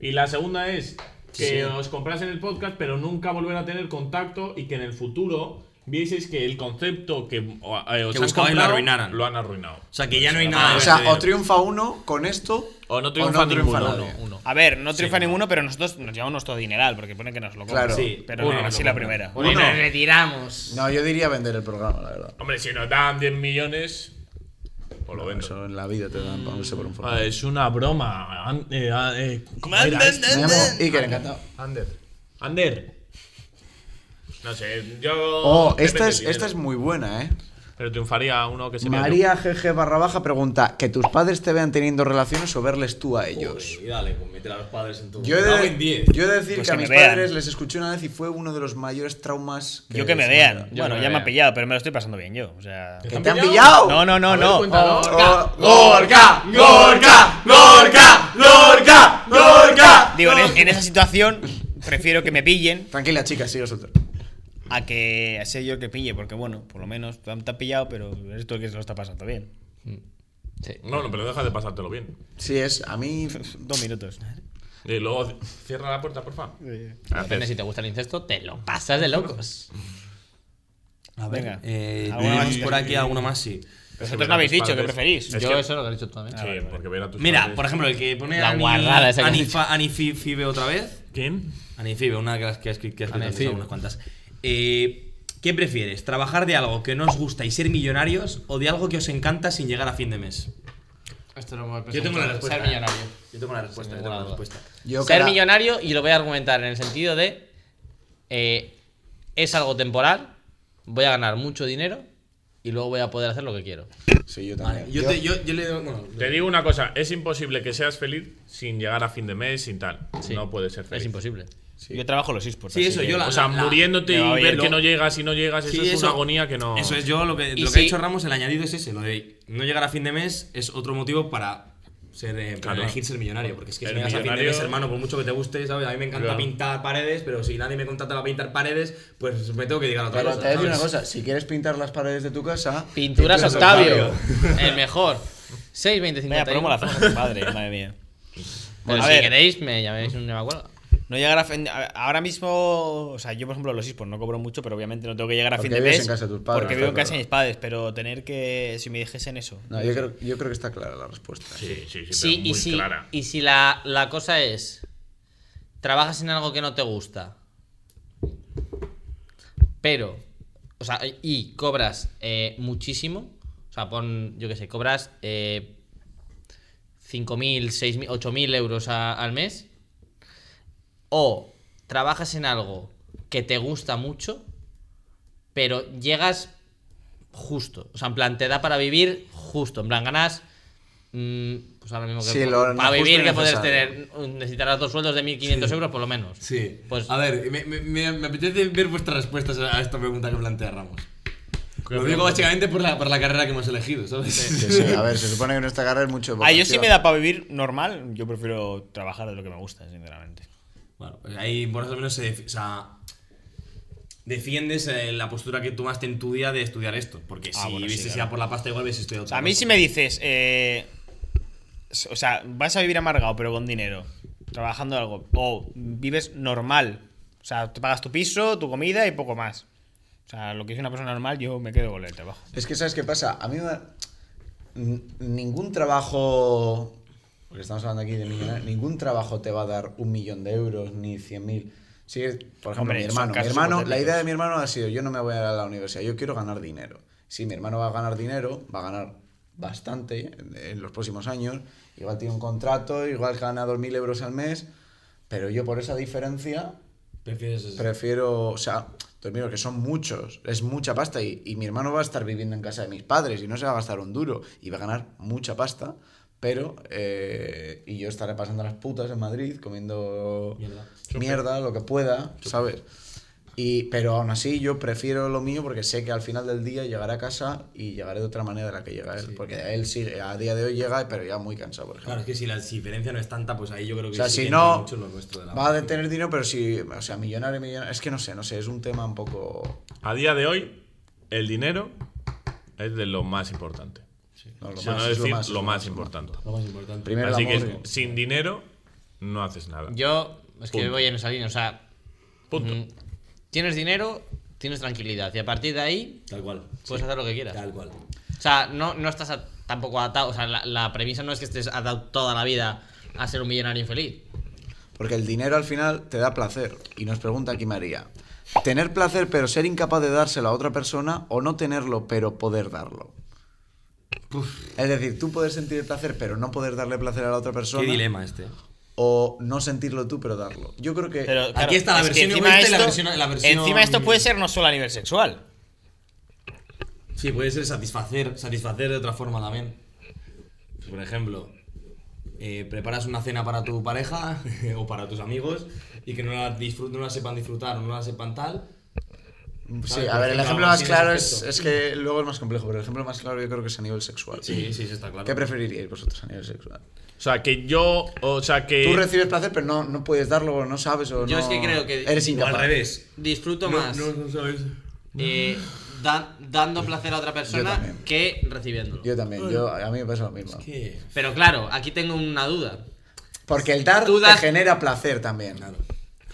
Speaker 3: Y la segunda es que os comprasen el podcast, pero nunca volver a tener contacto y que en el futuro vieseis que el concepto que o, eh, os
Speaker 5: Que
Speaker 3: han
Speaker 5: buscabais lo
Speaker 3: comprado,
Speaker 5: arruinaron.
Speaker 3: lo han arruinado.
Speaker 5: O sea, que ya no hay
Speaker 3: Ah,
Speaker 5: nada.
Speaker 1: O
Speaker 5: de
Speaker 1: sea,
Speaker 5: vertedero.
Speaker 1: o triunfa uno con esto.
Speaker 3: O no triunfa ninguno.
Speaker 1: nadie.
Speaker 4: Uno.
Speaker 6: A ver, no triunfa ninguno, pero nosotros nos llevamos nuestro dineral, porque pone que nos lo compran.
Speaker 1: Claro.
Speaker 6: Sí,
Speaker 1: Sí,
Speaker 6: pero
Speaker 3: uno
Speaker 6: no,
Speaker 3: nos
Speaker 6: así
Speaker 3: lo
Speaker 6: la
Speaker 3: compra.
Speaker 6: primera.
Speaker 4: Uno. Nos retiramos.
Speaker 1: No, yo diría vender el programa, la verdad.
Speaker 3: Hombre, si nos dan 10 millones, pues lo vendo.
Speaker 1: Eso en la vida te dan para por un
Speaker 3: Ah,
Speaker 1: formato.
Speaker 3: es una broma. An- eh, ah, eh, ¿cómo era esto?
Speaker 1: Me llamo Iker, encantado.
Speaker 3: Ander. Ander. No sé, yo.
Speaker 1: Oh,
Speaker 3: depende
Speaker 1: esta es,
Speaker 3: del
Speaker 1: esta es
Speaker 3: dinero.
Speaker 1: muy buena, ¿eh?
Speaker 3: Pero triunfaría uno que se
Speaker 1: María GG barra baja pregunta, ¿que tus padres te vean teniendo relaciones o verles tú a ellos?
Speaker 5: Y dale, pues métela a los padres en tu.
Speaker 1: Yo he,
Speaker 5: Cago en
Speaker 1: de,
Speaker 5: 10.
Speaker 1: yo he de decir
Speaker 6: Pues
Speaker 1: que a
Speaker 6: que me
Speaker 1: mis
Speaker 6: vean.
Speaker 1: padres les escuché una vez y fue uno de los mayores traumas.
Speaker 6: Yo que me
Speaker 1: se
Speaker 6: vean.
Speaker 4: Yo
Speaker 6: Bueno,
Speaker 4: que me
Speaker 6: ya me ha
Speaker 4: vean.
Speaker 6: pillado, pero me lo estoy pasando bien yo. O sea.
Speaker 1: ¿Que te han pillado?
Speaker 6: No, no, no, no.
Speaker 1: Oh,
Speaker 5: ¡Gorka! ¡Gorka! ¡Gorka! ¡Gorka! ¡Gorka!
Speaker 6: Digo, en, es- en esa situación prefiero que me pillen
Speaker 1: Tranquila, chica, sigue vosotros.
Speaker 6: a que a ser yo el que pille, porque bueno, por lo menos te han te han pillado, pero eres tú el que se lo está pasando bien.
Speaker 3: me. No, no, pero deja de pasártelo bien.
Speaker 1: Sí, es a mí.
Speaker 6: Dos minutos.
Speaker 3: Y luego cierra la puerta, porfa.
Speaker 4: Depende si te gusta el incesto, te lo pasas de locos.
Speaker 6: A ver, Venga.
Speaker 5: Eh,
Speaker 6: ¿Alguna
Speaker 5: tenemos
Speaker 6: más?
Speaker 5: por aquí alguna más, sí.
Speaker 6: Vosotros no habéis dicho que preferís.
Speaker 3: Es
Speaker 4: Yo
Speaker 3: que-
Speaker 4: eso lo que he dicho tú también.
Speaker 3: Sí, porque ver a tus
Speaker 5: Ah, Mira,
Speaker 3: padres-
Speaker 5: por ejemplo, el que pone
Speaker 4: La
Speaker 5: Ani-
Speaker 4: guarrada esa que has
Speaker 5: Ani-
Speaker 4: dicho.
Speaker 5: Ani Fi- Fibe otra vez.
Speaker 3: ¿Quién?
Speaker 5: Anifibe, una de las que has escrito que has escrito
Speaker 4: Anifibe.
Speaker 5: antes, algunas cuantas. Eh, ¿Qué prefieres? ¿Trabajar de algo que no os gusta y ser millonarios o de algo que os encanta sin llegar a fin de mes?
Speaker 4: Esto lo hemos
Speaker 5: Yo tengo la respuesta.
Speaker 4: Ser millonario.
Speaker 5: Yo tengo la respuesta. Yo tengo la respuesta.
Speaker 1: Yo
Speaker 4: ser
Speaker 1: cara-
Speaker 4: millonario, y lo voy a argumentar en el sentido de. eh, es algo temporal, voy a ganar mucho dinero y luego voy a poder hacer lo que quiero.
Speaker 1: Sí, yo también.
Speaker 5: Vale, yo,
Speaker 1: Yo-
Speaker 5: te, yo, yo le doy. Bueno,
Speaker 3: Te digo una cosa, es imposible que seas feliz sin llegar a fin de mes, sin tal.
Speaker 4: Sí.
Speaker 3: No puedes ser feliz.
Speaker 4: Es imposible.
Speaker 6: Yo trabajo los esports.
Speaker 5: sí,
Speaker 6: así
Speaker 5: eso,
Speaker 6: que-
Speaker 5: yo la.
Speaker 3: O sea,
Speaker 5: la- la-
Speaker 3: muriéndote
Speaker 6: me va
Speaker 3: y ver
Speaker 6: bien,
Speaker 3: que
Speaker 6: ¿no?
Speaker 3: no llegas y no llegas,
Speaker 5: Sí,
Speaker 3: eso es una agonía que no.
Speaker 5: Eso es yo lo que,
Speaker 4: Y
Speaker 5: lo
Speaker 4: sí.
Speaker 5: que ha hecho Ramos, el añadido es ese, lo de no llegar a fin de mes es otro motivo para ser eh, para
Speaker 3: Claro.
Speaker 5: elegir ser millonario, porque es que si
Speaker 3: El
Speaker 5: no llegas a fin de
Speaker 3: millonario-
Speaker 5: mes, hermano, por mucho que te guste, ¿sabes? A mí me encanta
Speaker 3: Claro.
Speaker 5: pintar paredes, pero si nadie me contrata para pintar paredes, pues me tengo que llegar a otra
Speaker 1: Pero
Speaker 5: cosa.
Speaker 1: te voy a decir una
Speaker 5: ¿sabes?
Speaker 1: cosa: si quieres pintar las paredes de tu casa.
Speaker 4: Pinturas
Speaker 1: pinturas
Speaker 4: Octavio. el mejor. 6, 25
Speaker 6: Vaya, promo la hacemos a tu padre, madre mía.
Speaker 4: Bueno,
Speaker 6: A
Speaker 4: si
Speaker 6: ver.
Speaker 4: queréis, me llaméis un nueva cuelga.
Speaker 6: No llegar a fin- a- Ahora mismo, o sea, yo por ejemplo los esports no cobro mucho, pero obviamente no tengo que llegar a
Speaker 1: Porque
Speaker 6: fin de
Speaker 1: vives
Speaker 6: mes.
Speaker 1: en casa de tus padres,
Speaker 6: porque
Speaker 1: está
Speaker 6: vivo en
Speaker 1: claro.
Speaker 6: casa de mis padres, pero tener que. Si me dijesen eso.
Speaker 1: No, yo creo, yo creo que está clara la respuesta.
Speaker 3: Sí, sí, sí,
Speaker 4: Sí,
Speaker 3: pero
Speaker 4: y
Speaker 3: muy
Speaker 4: si,
Speaker 3: clara.
Speaker 4: y si la, la cosa es. Trabajas en algo que no te gusta. Pero. O sea, y cobras eh, muchísimo. O sea, pon, yo qué sé, cobras eh, 5.000, 6.000, 8.000 euros a- al mes. O trabajas en algo que te gusta mucho, pero llegas justo. O sea, en plan, te da para vivir justo. En plan, ganas. mm, pues ahora mismo que.
Speaker 1: Sí, lo
Speaker 4: para
Speaker 1: justo y
Speaker 4: vivir que puedes
Speaker 1: necesario.
Speaker 4: tener. mm, Necesitarás dos sueldos de 1.500 euros por lo menos.
Speaker 5: Sí.
Speaker 4: Pues-
Speaker 5: a ver, me, me- me- me apetece ver vuestras respuestas a a esta pregunta que plantea Ramos. Lo digo básicamente por la, por la carrera que hemos elegido, ¿sabes?
Speaker 1: Sí, sí, a ver, se supone que en esta carrera es mucho.
Speaker 6: A Ah, yo sí
Speaker 1: vocación.
Speaker 6: me da para vivir normal, yo prefiero trabajar de lo que me gusta, sinceramente.
Speaker 5: Bueno, pues ahí por eso al menos se, def- o sea, defiendes eh, la postura que tomaste en tu día de estudiar esto. Porque
Speaker 6: Ah,
Speaker 5: si
Speaker 6: bueno, sí,
Speaker 5: hubieses
Speaker 6: claro.
Speaker 5: ido por la pasta igual hubieses estudiado
Speaker 6: O
Speaker 5: otra
Speaker 6: sea, a mí
Speaker 5: cosa.
Speaker 6: si me dices, eh, s- o sea, vas a vivir amargado pero con dinero, trabajando algo, o vives normal, o sea, te pagas tu piso, tu comida y poco más. O sea, lo que es una persona normal, yo me quedo con el trabajo.
Speaker 1: Es que, ¿sabes qué pasa? A mí me da- n- ningún trabajo. Porque estamos hablando aquí de millonar. Ningún trabajo te va a dar un millón de euros ni cien mil. Sí, por ejemplo,
Speaker 6: Hombre,
Speaker 1: mi
Speaker 6: son
Speaker 1: hermano. Mi
Speaker 6: casos
Speaker 1: hermano la
Speaker 6: hipotéticos.
Speaker 1: idea de mi hermano ha sido: yo no me voy a ir a la universidad, yo quiero ganar dinero. Si mi hermano va a ganar dinero, va a ganar bastante en- en los próximos años. Igual tiene un contrato, igual gana dos mil euros al mes. Pero yo, por esa diferencia,
Speaker 5: Prefieres eso.
Speaker 1: Prefiero, o sea, dos mil euros, que son muchos, es mucha pasta y, y mi hermano va a estar viviendo en casa de mis padres y no se va a gastar un duro y va a ganar mucha pasta, pero, eh, y yo estaré pasando las putas en Madrid comiendo
Speaker 5: Mierda.
Speaker 1: mierda, lo que pueda, ¿sabes? Y, pero aún así yo prefiero lo mío porque sé que al final del día llegaré a casa y llegaré de otra manera de la que llega él, porque él sí, a día de hoy llega, pero ya muy cansado, por ejemplo.
Speaker 5: Claro, es que si la diferencia no es tanta, pues ahí yo creo
Speaker 1: O
Speaker 5: que
Speaker 1: sea,
Speaker 5: sí
Speaker 1: si
Speaker 5: que entra
Speaker 1: no,
Speaker 5: mucho lo nuestro de la
Speaker 1: va a
Speaker 5: música.
Speaker 1: tener dinero, pero si, o sea, millonario, millonario, es que no sé, no sé, es un tema un poco...
Speaker 3: A día de hoy, el dinero es de lo más importante.
Speaker 1: No, lo
Speaker 3: Si no
Speaker 1: más, es
Speaker 3: decir,
Speaker 1: lo más, es
Speaker 3: importante.
Speaker 5: Lo más importante.
Speaker 1: Primero el
Speaker 3: Así
Speaker 1: amor,
Speaker 3: que
Speaker 1: digo.
Speaker 3: sin dinero no haces nada.
Speaker 4: Yo, es que
Speaker 3: Punto.
Speaker 4: voy en esa línea, o sea.
Speaker 3: Punto.
Speaker 4: mm, Tienes dinero, tienes tranquilidad. Y a partir de ahí,
Speaker 5: Tal cual.
Speaker 4: puedes hacer lo que quieras.
Speaker 5: Tal cual.
Speaker 4: O sea, no, no estás a- tampoco atado. O sea, la, la premisa no es que estés atado toda la vida a ser un millonario infeliz.
Speaker 1: Porque el dinero al final te da placer. Y nos pregunta aquí María. ¿Tener placer pero ser incapaz de dárselo a otra persona o no tenerlo pero poder darlo? Es decir, tú poder sentir el placer pero no poder darle placer a la otra persona.
Speaker 5: Qué dilema este.
Speaker 1: O no sentirlo tú pero darlo. Yo creo que...
Speaker 6: Pero, claro,
Speaker 5: Aquí está la
Speaker 6: es que
Speaker 5: versión
Speaker 6: encima
Speaker 5: egoísta y la
Speaker 6: esto-
Speaker 5: versión- la versión-
Speaker 6: Encima esto puede ser no solo a nivel sexual.
Speaker 5: Sí, puede ser satisfacer, satisfacer de otra forma también. Pues, por ejemplo, eh, preparas una cena para tu pareja o para tus amigos y que no la, disfrut- no la sepan disfrutar o no la sepan tal.
Speaker 1: sí,
Speaker 5: ¿sabes?
Speaker 1: a
Speaker 5: Por
Speaker 1: ver, el
Speaker 5: ejemplo,
Speaker 1: ejemplo
Speaker 5: algo
Speaker 1: más
Speaker 5: así en
Speaker 1: claro
Speaker 5: ese
Speaker 1: es,
Speaker 5: aspecto.
Speaker 1: es que luego es más complejo, pero el ejemplo más claro yo creo que es a nivel sexual.
Speaker 5: Sí, sí, eso está claro.
Speaker 1: ¿Qué preferiríais vosotros a nivel sexual?
Speaker 3: O sea, que yo. O sea, que.
Speaker 1: Tú recibes placer pero no, no puedes darlo o no sabes o
Speaker 4: Yo es
Speaker 1: no-
Speaker 4: que creo que-
Speaker 1: Eres
Speaker 5: O al
Speaker 1: incapaz.
Speaker 5: revés.
Speaker 4: Disfruto más
Speaker 5: sabes.
Speaker 4: eh, da- dando placer a otra persona
Speaker 1: también.
Speaker 4: que recibiéndolo.
Speaker 1: Yo también, yo, a mí me pasa lo mismo.
Speaker 5: ¿Qué?
Speaker 4: Pero claro, aquí tengo una duda.
Speaker 1: Porque el dar
Speaker 4: Tú
Speaker 1: te
Speaker 4: das-
Speaker 1: genera placer también.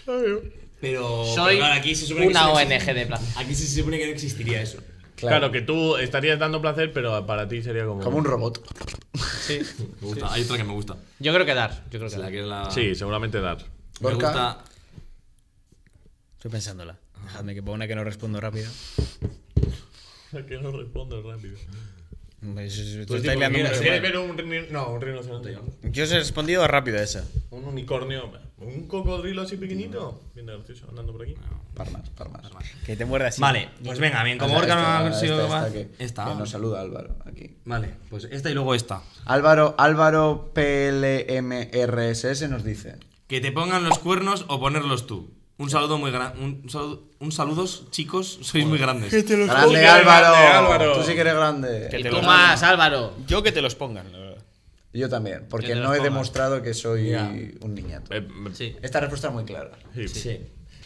Speaker 5: Pero,
Speaker 4: Soy
Speaker 5: Oh, pero claro, aquí se supone que
Speaker 4: una
Speaker 5: eso no
Speaker 4: ONG
Speaker 5: existe.
Speaker 4: de placer.
Speaker 5: Aquí sí se supone que no existiría eso.
Speaker 3: Claro. que tú estarías dando placer, pero para ti sería como.
Speaker 1: Como un robot.
Speaker 5: Me gusta. Hay otra que me gusta.
Speaker 4: Yo creo que dar. Yo creo que
Speaker 5: Se la
Speaker 4: dar.
Speaker 5: que la-
Speaker 3: Sí, seguramente dar.
Speaker 5: Me
Speaker 1: Gorka.
Speaker 5: gusta.
Speaker 6: Estoy pensándola. Dejadme que ponga una que no respondo rápido.
Speaker 3: que no respondo rápido.
Speaker 6: Pues,
Speaker 5: Tú
Speaker 6: estáis
Speaker 5: di lo que
Speaker 6: liando
Speaker 5: quieras,
Speaker 6: mucho,
Speaker 5: ¿eh?
Speaker 6: madre.
Speaker 3: pero un rini- No, un rinoceronte. ya.
Speaker 6: Yo os he respondido rápido a esa.
Speaker 3: Un unicornio. Un cocodrilo así pequeñito. Bien gracioso, andando por aquí.
Speaker 1: Ah. Parmas, parmas.
Speaker 6: Que te muerda así.
Speaker 5: Vale, pues venga, bien, como Gorka no ha conseguido más.
Speaker 1: que, que nos saluda Álvaro aquí.
Speaker 5: Vale, pues esta y luego esta.
Speaker 1: Álvaro, Álvaro PLMRSS nos dice.
Speaker 5: Que te pongan los cuernos o ponerlos tú. Un saludo muy grande. Un, saludo, un saludos, chicos, sois muy grandes.
Speaker 3: Tú sí que
Speaker 1: Grande
Speaker 3: eres
Speaker 1: Álvaro,
Speaker 3: grande, Álvaro.
Speaker 1: Tú sí que eres grande.
Speaker 6: Que
Speaker 4: Y
Speaker 6: te
Speaker 4: tú
Speaker 6: lo-
Speaker 4: más, Álvaro.
Speaker 6: Yo que te los pongan, la verdad.
Speaker 1: Yo también, porque
Speaker 4: Yo te
Speaker 1: no
Speaker 4: los
Speaker 1: he
Speaker 4: pongo.
Speaker 1: demostrado que soy
Speaker 5: Ya.
Speaker 1: un niñato.
Speaker 3: Eh,
Speaker 5: mm,
Speaker 3: me-
Speaker 4: Sí.
Speaker 1: Esta respuesta es muy clara.
Speaker 3: sí.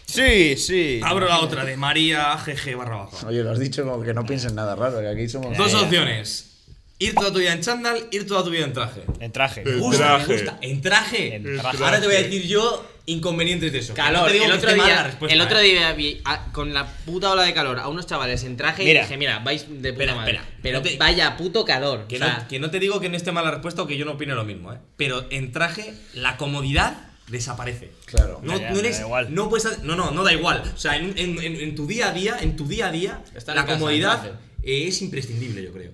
Speaker 6: Sí, sí.
Speaker 5: Abro la otra de María GG barra baja.
Speaker 1: Oye, lo has dicho como que no piensen nada raro, que aquí somos.
Speaker 5: Dos opciones: ir toda tu vida en chándal, ir toda tu vida en traje.
Speaker 6: En traje.
Speaker 3: Eh. En
Speaker 5: Justo, me
Speaker 3: traje.
Speaker 5: gusta. En traje.
Speaker 6: En traje.
Speaker 5: Ahora te voy a decir yo inconvenientes de eso. No
Speaker 4: Calor,
Speaker 5: te digo
Speaker 4: el
Speaker 5: que
Speaker 4: otro,
Speaker 5: esté mala la
Speaker 4: día,
Speaker 5: respuesta,
Speaker 4: el otro
Speaker 5: eh.
Speaker 4: día vi a- con la puta ola de calor a unos chavales en traje
Speaker 6: Mira.
Speaker 4: y dije, mira, vais de puta
Speaker 5: Espera,
Speaker 4: madre.
Speaker 5: espera.
Speaker 4: Pero
Speaker 5: No te-
Speaker 4: vaya puto calor.
Speaker 5: Que,
Speaker 4: o sea,
Speaker 5: no, que no te digo que no esté mala la respuesta o que yo no opine lo mismo, ¿eh? Pero en traje, la comodidad desaparece.
Speaker 1: Claro.
Speaker 5: No,
Speaker 6: Ya, ya,
Speaker 5: no
Speaker 6: me
Speaker 5: eres-
Speaker 6: da igual.
Speaker 5: no puedes hacer- no, no, no da igual. O sea, en, en- en- en tu día a día, en tu día a día,
Speaker 4: Estar
Speaker 5: la
Speaker 4: en casa, en
Speaker 5: comodidad
Speaker 4: traje.
Speaker 5: eh, es imprescindible, yo creo.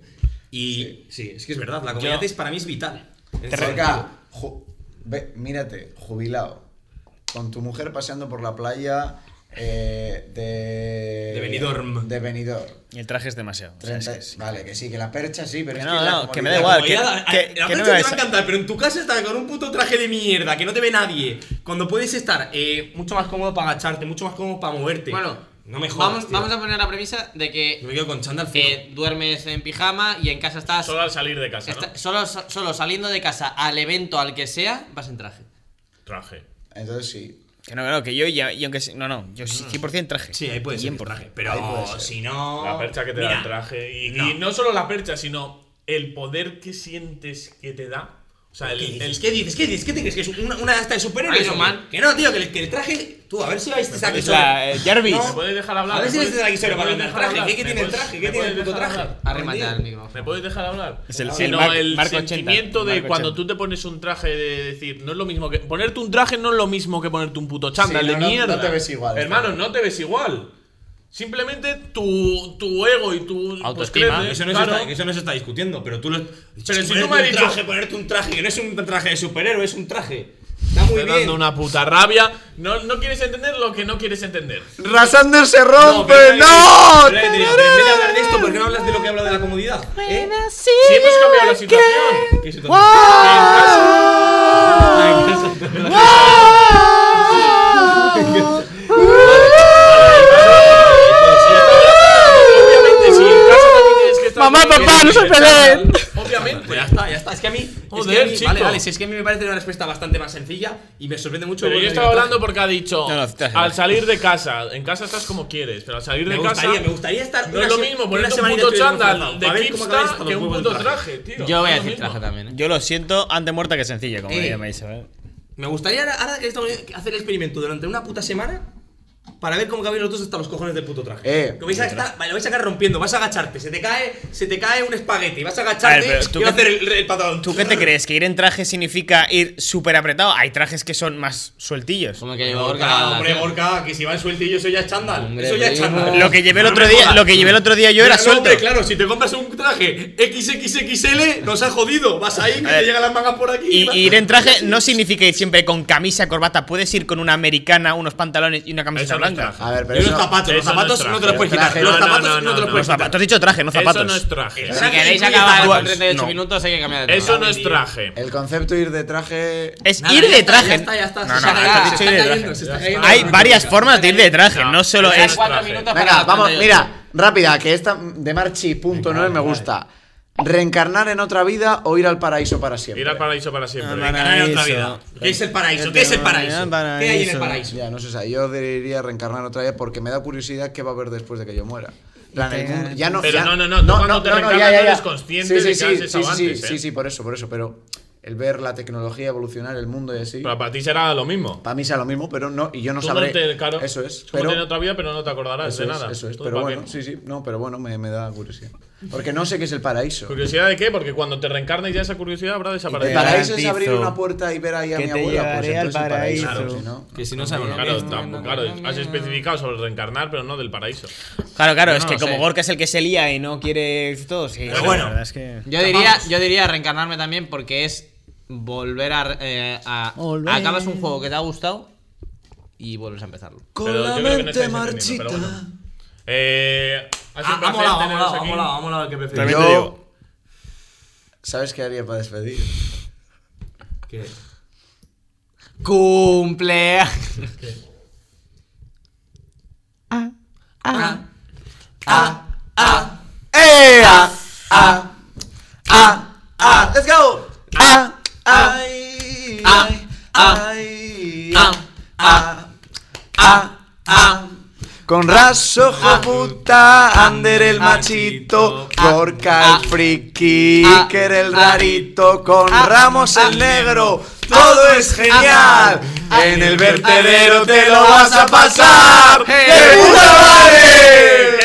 Speaker 5: Y sí, es que es verdad, la comodidad es, para mí es vital. Es-
Speaker 1: Cerca, Eh, ju- ve- mírate, jubilado. Con tu mujer paseando por la playa eh, de.
Speaker 5: De Benidorm.
Speaker 1: De Benidorm.
Speaker 6: Y el traje es demasiado. O sea, es
Speaker 1: Treinta-
Speaker 6: que sí.
Speaker 1: Vale, que sí, que la percha sí, pero
Speaker 6: Que
Speaker 1: es
Speaker 6: no,
Speaker 1: la
Speaker 6: no, que me
Speaker 1: comodidad-
Speaker 6: da igual.
Speaker 5: La
Speaker 6: que-
Speaker 5: comodidad-
Speaker 6: que-
Speaker 5: a- a- la
Speaker 6: que no me
Speaker 5: prensa te va a
Speaker 6: ves-
Speaker 5: encantar, pero en tu casa estás con un puto traje de mierda que no te ve nadie. Cuando puedes estar eh, mucho más cómodo para agacharte, mucho más cómodo para moverte.
Speaker 4: bueno,
Speaker 5: no me jodas.
Speaker 4: vamos,
Speaker 5: tío.
Speaker 4: vamos a poner la premisa de
Speaker 5: Yo
Speaker 4: que
Speaker 5: me quedo con chándal fijo.
Speaker 4: eh, duermes en pijama y en casa estás.
Speaker 3: Solo al salir de casa, ¿no?
Speaker 4: esta- solo, solo saliendo de casa al evento al que sea, vas en traje.
Speaker 3: Traje.
Speaker 1: Entonces sí.
Speaker 6: Que no, que no, que yo ya. Y aunque. sí- No, no, yo sí, 100% traje.
Speaker 5: Sí, ahí puede ser.
Speaker 6: 100%.
Speaker 5: traje. Pero si no.
Speaker 3: La percha que te da
Speaker 5: Mira,
Speaker 3: el traje. Y y
Speaker 5: no.
Speaker 3: no. solo la percha, sino el poder que sientes que te da. O sea, el.
Speaker 5: ¿Qué
Speaker 3: el-
Speaker 5: dices? ¿Qué dices? ¿Qué dices? ¿Qué te crees? ¿Que es una, una hasta de superhéroes?
Speaker 4: Iron
Speaker 5: o qué?
Speaker 4: Man.
Speaker 5: Que no, tío, que el, que el traje. Tú, a ver si vais a
Speaker 6: O sea, eh, Jarvis.
Speaker 3: ¿Me puedes dejar hablar?
Speaker 5: A ver
Speaker 3: ¿Me
Speaker 5: si
Speaker 3: puedes-
Speaker 5: ves la historia
Speaker 3: me
Speaker 5: para
Speaker 3: puedes
Speaker 5: el
Speaker 3: dejar
Speaker 5: traje.
Speaker 3: hablar?
Speaker 5: ¿Qué- qué
Speaker 3: ¿Me
Speaker 5: tiene el
Speaker 3: puedes-
Speaker 5: traje? ¿Qué
Speaker 3: me
Speaker 5: tiene el
Speaker 3: puedes
Speaker 5: puto
Speaker 3: dejar
Speaker 5: traje?
Speaker 3: hablar?
Speaker 4: Arremata el
Speaker 3: ¿Me
Speaker 4: micrófono.
Speaker 3: podéis dejar hablar?
Speaker 6: Es el-
Speaker 3: Sino
Speaker 6: el Mark-
Speaker 3: el
Speaker 6: Mark 80,
Speaker 3: sentimiento de
Speaker 6: Mark
Speaker 3: cuando
Speaker 6: 80.
Speaker 3: tú te pones un traje de decir, no es lo mismo que. Ponerte un traje no es lo mismo que ponerte un puto chándal
Speaker 1: Sí,
Speaker 3: de
Speaker 1: no, no- no
Speaker 3: mierda.
Speaker 1: te ves igual.
Speaker 3: Hermano, no te ves igual. Simplemente tu, tu ego y tu pues,
Speaker 4: Autoestima,
Speaker 3: creces,
Speaker 5: Eso no,
Speaker 3: claro.
Speaker 5: se está, eso no se está discutiendo, pero tú lo.
Speaker 3: si tú
Speaker 5: ponerte
Speaker 3: me has
Speaker 5: un
Speaker 3: dicho-
Speaker 5: Traje, ponerte un traje, que no es un traje de superhéroe, es un traje. Está muy
Speaker 3: Te está
Speaker 5: bien.
Speaker 3: dando una puta rabia. No, no quieres entender lo que no quieres entender.
Speaker 1: ¡Rasander se
Speaker 5: pero
Speaker 1: rompe!
Speaker 5: ya
Speaker 1: ¡No!
Speaker 5: te digo, pero en vez de hablar de esto, ¿por qué no hablas de lo que he hablado de la comodidad? ¿Eh?
Speaker 3: Si hemos cambiado la situación.
Speaker 5: ¿Qué situación? ¿Qué pasa?
Speaker 3: Obviamente, si en casa también tienes que estar.
Speaker 6: Mamá, papá, no se peleen.
Speaker 3: Obviamente.
Speaker 5: Pues ya está, ya está. Es que a mí.
Speaker 3: Joder,
Speaker 5: es que a mí-
Speaker 3: chico.
Speaker 5: Vale, vale, si es que a mí me parece una respuesta bastante más sencilla y me sorprende mucho.
Speaker 3: Pero
Speaker 5: volver
Speaker 3: yo
Speaker 5: a
Speaker 3: estaba
Speaker 5: libertad.
Speaker 3: hablando porque ha dicho
Speaker 6: No, no, estás
Speaker 3: al
Speaker 6: bien.
Speaker 3: salir de casa, en casa estás como quieres, pero al salir
Speaker 5: Me
Speaker 3: de
Speaker 5: gustaría,
Speaker 3: casa
Speaker 5: me gustaría estar.
Speaker 3: no es lo mismo
Speaker 5: poner
Speaker 3: ponerte un puto chándal de Kipsta que un puto traje, tío.
Speaker 4: Yo voy a
Speaker 3: Es lo
Speaker 4: decir traje
Speaker 3: mismo.
Speaker 4: también. ¿eh?
Speaker 6: Yo lo siento, antes muerta que sencilla, como
Speaker 5: Eh.
Speaker 6: ella me dice. ¿eh?
Speaker 5: Me gustaría ahora ahora que estamos hacer el experimento durante una puta semana para ver cómo cabéis los dos hasta los cojones del puto traje.
Speaker 1: Eh,
Speaker 5: Lo vais a estar- vale, lo vais a sacar rompiendo, vas a agacharte, se te cae, se te cae un espagueti, vas a
Speaker 6: A
Speaker 5: agacharte
Speaker 6: ver, pero tú
Speaker 5: y vas a
Speaker 6: qué-
Speaker 5: hacer el, el patadón.
Speaker 6: ¿Tú qué te crees? ¿Que ir en traje significa ir súper apretado? Hay trajes que son más sueltillos.
Speaker 4: Como que lleva
Speaker 5: Gorka,
Speaker 4: Gorka.
Speaker 5: hombre, Gorka, que si va en sueltillo eso ya es chándal.
Speaker 4: Hombre,
Speaker 5: eso ya es
Speaker 4: primo.
Speaker 5: chándal.
Speaker 6: Lo que llevé el otro día, lo que llevé el otro día yo era
Speaker 5: Mira, no,
Speaker 6: suelto.
Speaker 5: hombre, claro, si te compras un traje XXXL, nos ha jodido. Vas ahí, que
Speaker 6: A ver.
Speaker 5: te llegan las mangas por aquí.
Speaker 6: Y,
Speaker 5: vas-
Speaker 6: y ir en traje no significa ir siempre con camisa, corbata. Puedes ir con una americana, unos pantalones y una camiseta
Speaker 3: Eso no es
Speaker 6: blanca.
Speaker 3: traje.
Speaker 1: A ver, pero
Speaker 5: Y
Speaker 1: eso.
Speaker 5: los zapatos, los
Speaker 3: eso no es
Speaker 5: zapatos no te los
Speaker 3: traje.
Speaker 5: puedes quitar.
Speaker 1: Traje,
Speaker 5: Los
Speaker 1: no,
Speaker 5: zapatos
Speaker 3: no,
Speaker 5: no
Speaker 3: no,
Speaker 5: te los
Speaker 3: no.
Speaker 6: Los
Speaker 5: puedes
Speaker 6: zapatos. Tú has
Speaker 5: quitar.
Speaker 6: dicho traje, no zapatos.
Speaker 3: Eso no es traje.
Speaker 4: Si queréis acabar con 38 minutos, hay que cambiar de tema.
Speaker 3: Eso no es traje.
Speaker 1: El concepto de ir de traje.
Speaker 6: Es
Speaker 5: Nada,
Speaker 6: ir
Speaker 5: ya
Speaker 6: de
Speaker 5: está,
Speaker 6: traje.
Speaker 5: Ya está, ya está.
Speaker 6: No,
Speaker 5: se
Speaker 6: no,
Speaker 5: está
Speaker 6: has
Speaker 5: cayendo,
Speaker 6: dicho
Speaker 5: se
Speaker 6: ir de
Speaker 5: está
Speaker 6: traje.
Speaker 5: cayendo, se está cayendo.
Speaker 6: Hay varias formas de ir de traje,
Speaker 3: No,
Speaker 6: no solo
Speaker 3: eso no
Speaker 6: es.
Speaker 3: es traje.
Speaker 4: 4 minutos
Speaker 1: Venga,
Speaker 4: para
Speaker 1: vamos,
Speaker 4: hablar de ello.
Speaker 1: mira, rápida, que esta de Marchi.9 me gusta. Reencarnar en otra vida o ir al paraíso para siempre.
Speaker 3: Ir al paraíso para siempre.
Speaker 5: Ganar en otra vida. ¿Qué es el paraíso? ¿Qué es el paraíso? ¿Qué hay en el paraíso?
Speaker 1: Ya, no sé, o sea, yo diría reencarnar otra vez porque me da curiosidad qué va a haber después de que yo muera. En plan, el mundo- ya no,
Speaker 3: Pero
Speaker 1: ya-
Speaker 3: no, no, no, tú cuando te reencarnas no eres consciente de que
Speaker 1: sí,
Speaker 3: has
Speaker 1: sí,
Speaker 3: estado
Speaker 1: sí,
Speaker 3: antes,
Speaker 1: sí,
Speaker 3: ¿eh?
Speaker 1: sí, por eso, por eso, pero el ver la tecnología evolucionar, el mundo y así,
Speaker 3: Pero para ti será lo mismo.
Speaker 1: para mí sea lo mismo, pero no, y yo no
Speaker 3: Tú
Speaker 1: sabré,
Speaker 3: te- claro,
Speaker 1: eso es,
Speaker 3: tú
Speaker 1: pero,
Speaker 3: tienes otra vida, pero no te acordarás
Speaker 1: eso
Speaker 3: de
Speaker 1: es,
Speaker 3: nada.
Speaker 1: eso es,
Speaker 3: Todo
Speaker 1: pero
Speaker 3: para
Speaker 1: bueno,
Speaker 3: qué.
Speaker 1: sí, sí, no, pero bueno, me, me da curiosidad, porque no sé qué es el paraíso.
Speaker 3: ¿Curiosidad de qué? Porque cuando te reencarnes ya esa curiosidad habrá
Speaker 1: El
Speaker 3: desaparecido.
Speaker 1: paraíso es
Speaker 6: Garantizo
Speaker 1: abrir una puerta y ver ahí a
Speaker 6: que
Speaker 1: mi
Speaker 6: te
Speaker 1: abuela, pues
Speaker 6: llevaré al
Speaker 1: entonces el paraíso,
Speaker 6: paraíso.
Speaker 1: si no.
Speaker 5: Que si no sabemos
Speaker 3: Claro, tam- claro, has especificado sobre el reencarnar, pero no del paraíso.
Speaker 6: Claro, claro,
Speaker 4: Yo
Speaker 6: es
Speaker 4: no
Speaker 6: que
Speaker 4: lo
Speaker 6: como
Speaker 4: sé.
Speaker 6: Gorka es el que se lía y no quiere todo, sí.
Speaker 5: Pero bueno.
Speaker 6: la verdad es que-
Speaker 4: Yo diría, yo diría reencarnarme también porque es volver a, eh, a-
Speaker 6: Volver.
Speaker 4: Acabas un juego que te ha gustado y vuelves a empezarlo.
Speaker 3: Pero yo creo que no estáis entendiendo, pero bueno. Eh, ha sido un
Speaker 5: Ha Ah, ha
Speaker 3: placer
Speaker 5: molado, ha
Speaker 3: teneros
Speaker 5: molado, ha
Speaker 3: aquí.
Speaker 5: molado, ha molado el que
Speaker 6: También
Speaker 5: prefieres.
Speaker 6: te digo.
Speaker 1: Yo. ¿Sabes qué haría para despedir?
Speaker 5: ¿Qué?
Speaker 4: Cumpleaños.
Speaker 5: Ah, ah, ah.
Speaker 1: ¡Eh! ¡Ah! ¡Ah! ¡Ah! ¡Ah! ¡Let's go! ¡Ah! ¡Ah! ¡Ay!
Speaker 5: Ah, ah,
Speaker 1: ¡Ay!
Speaker 5: ah, ah, ah, ah.
Speaker 1: Con rasojo puta, Ander el machito, Gorka el friki, Iker el rarito, con Ramos el negro, todo es genial. Ah,
Speaker 3: ¡Eh!
Speaker 1: En el vertedero te lo vas a pasar. ¡De puta madre!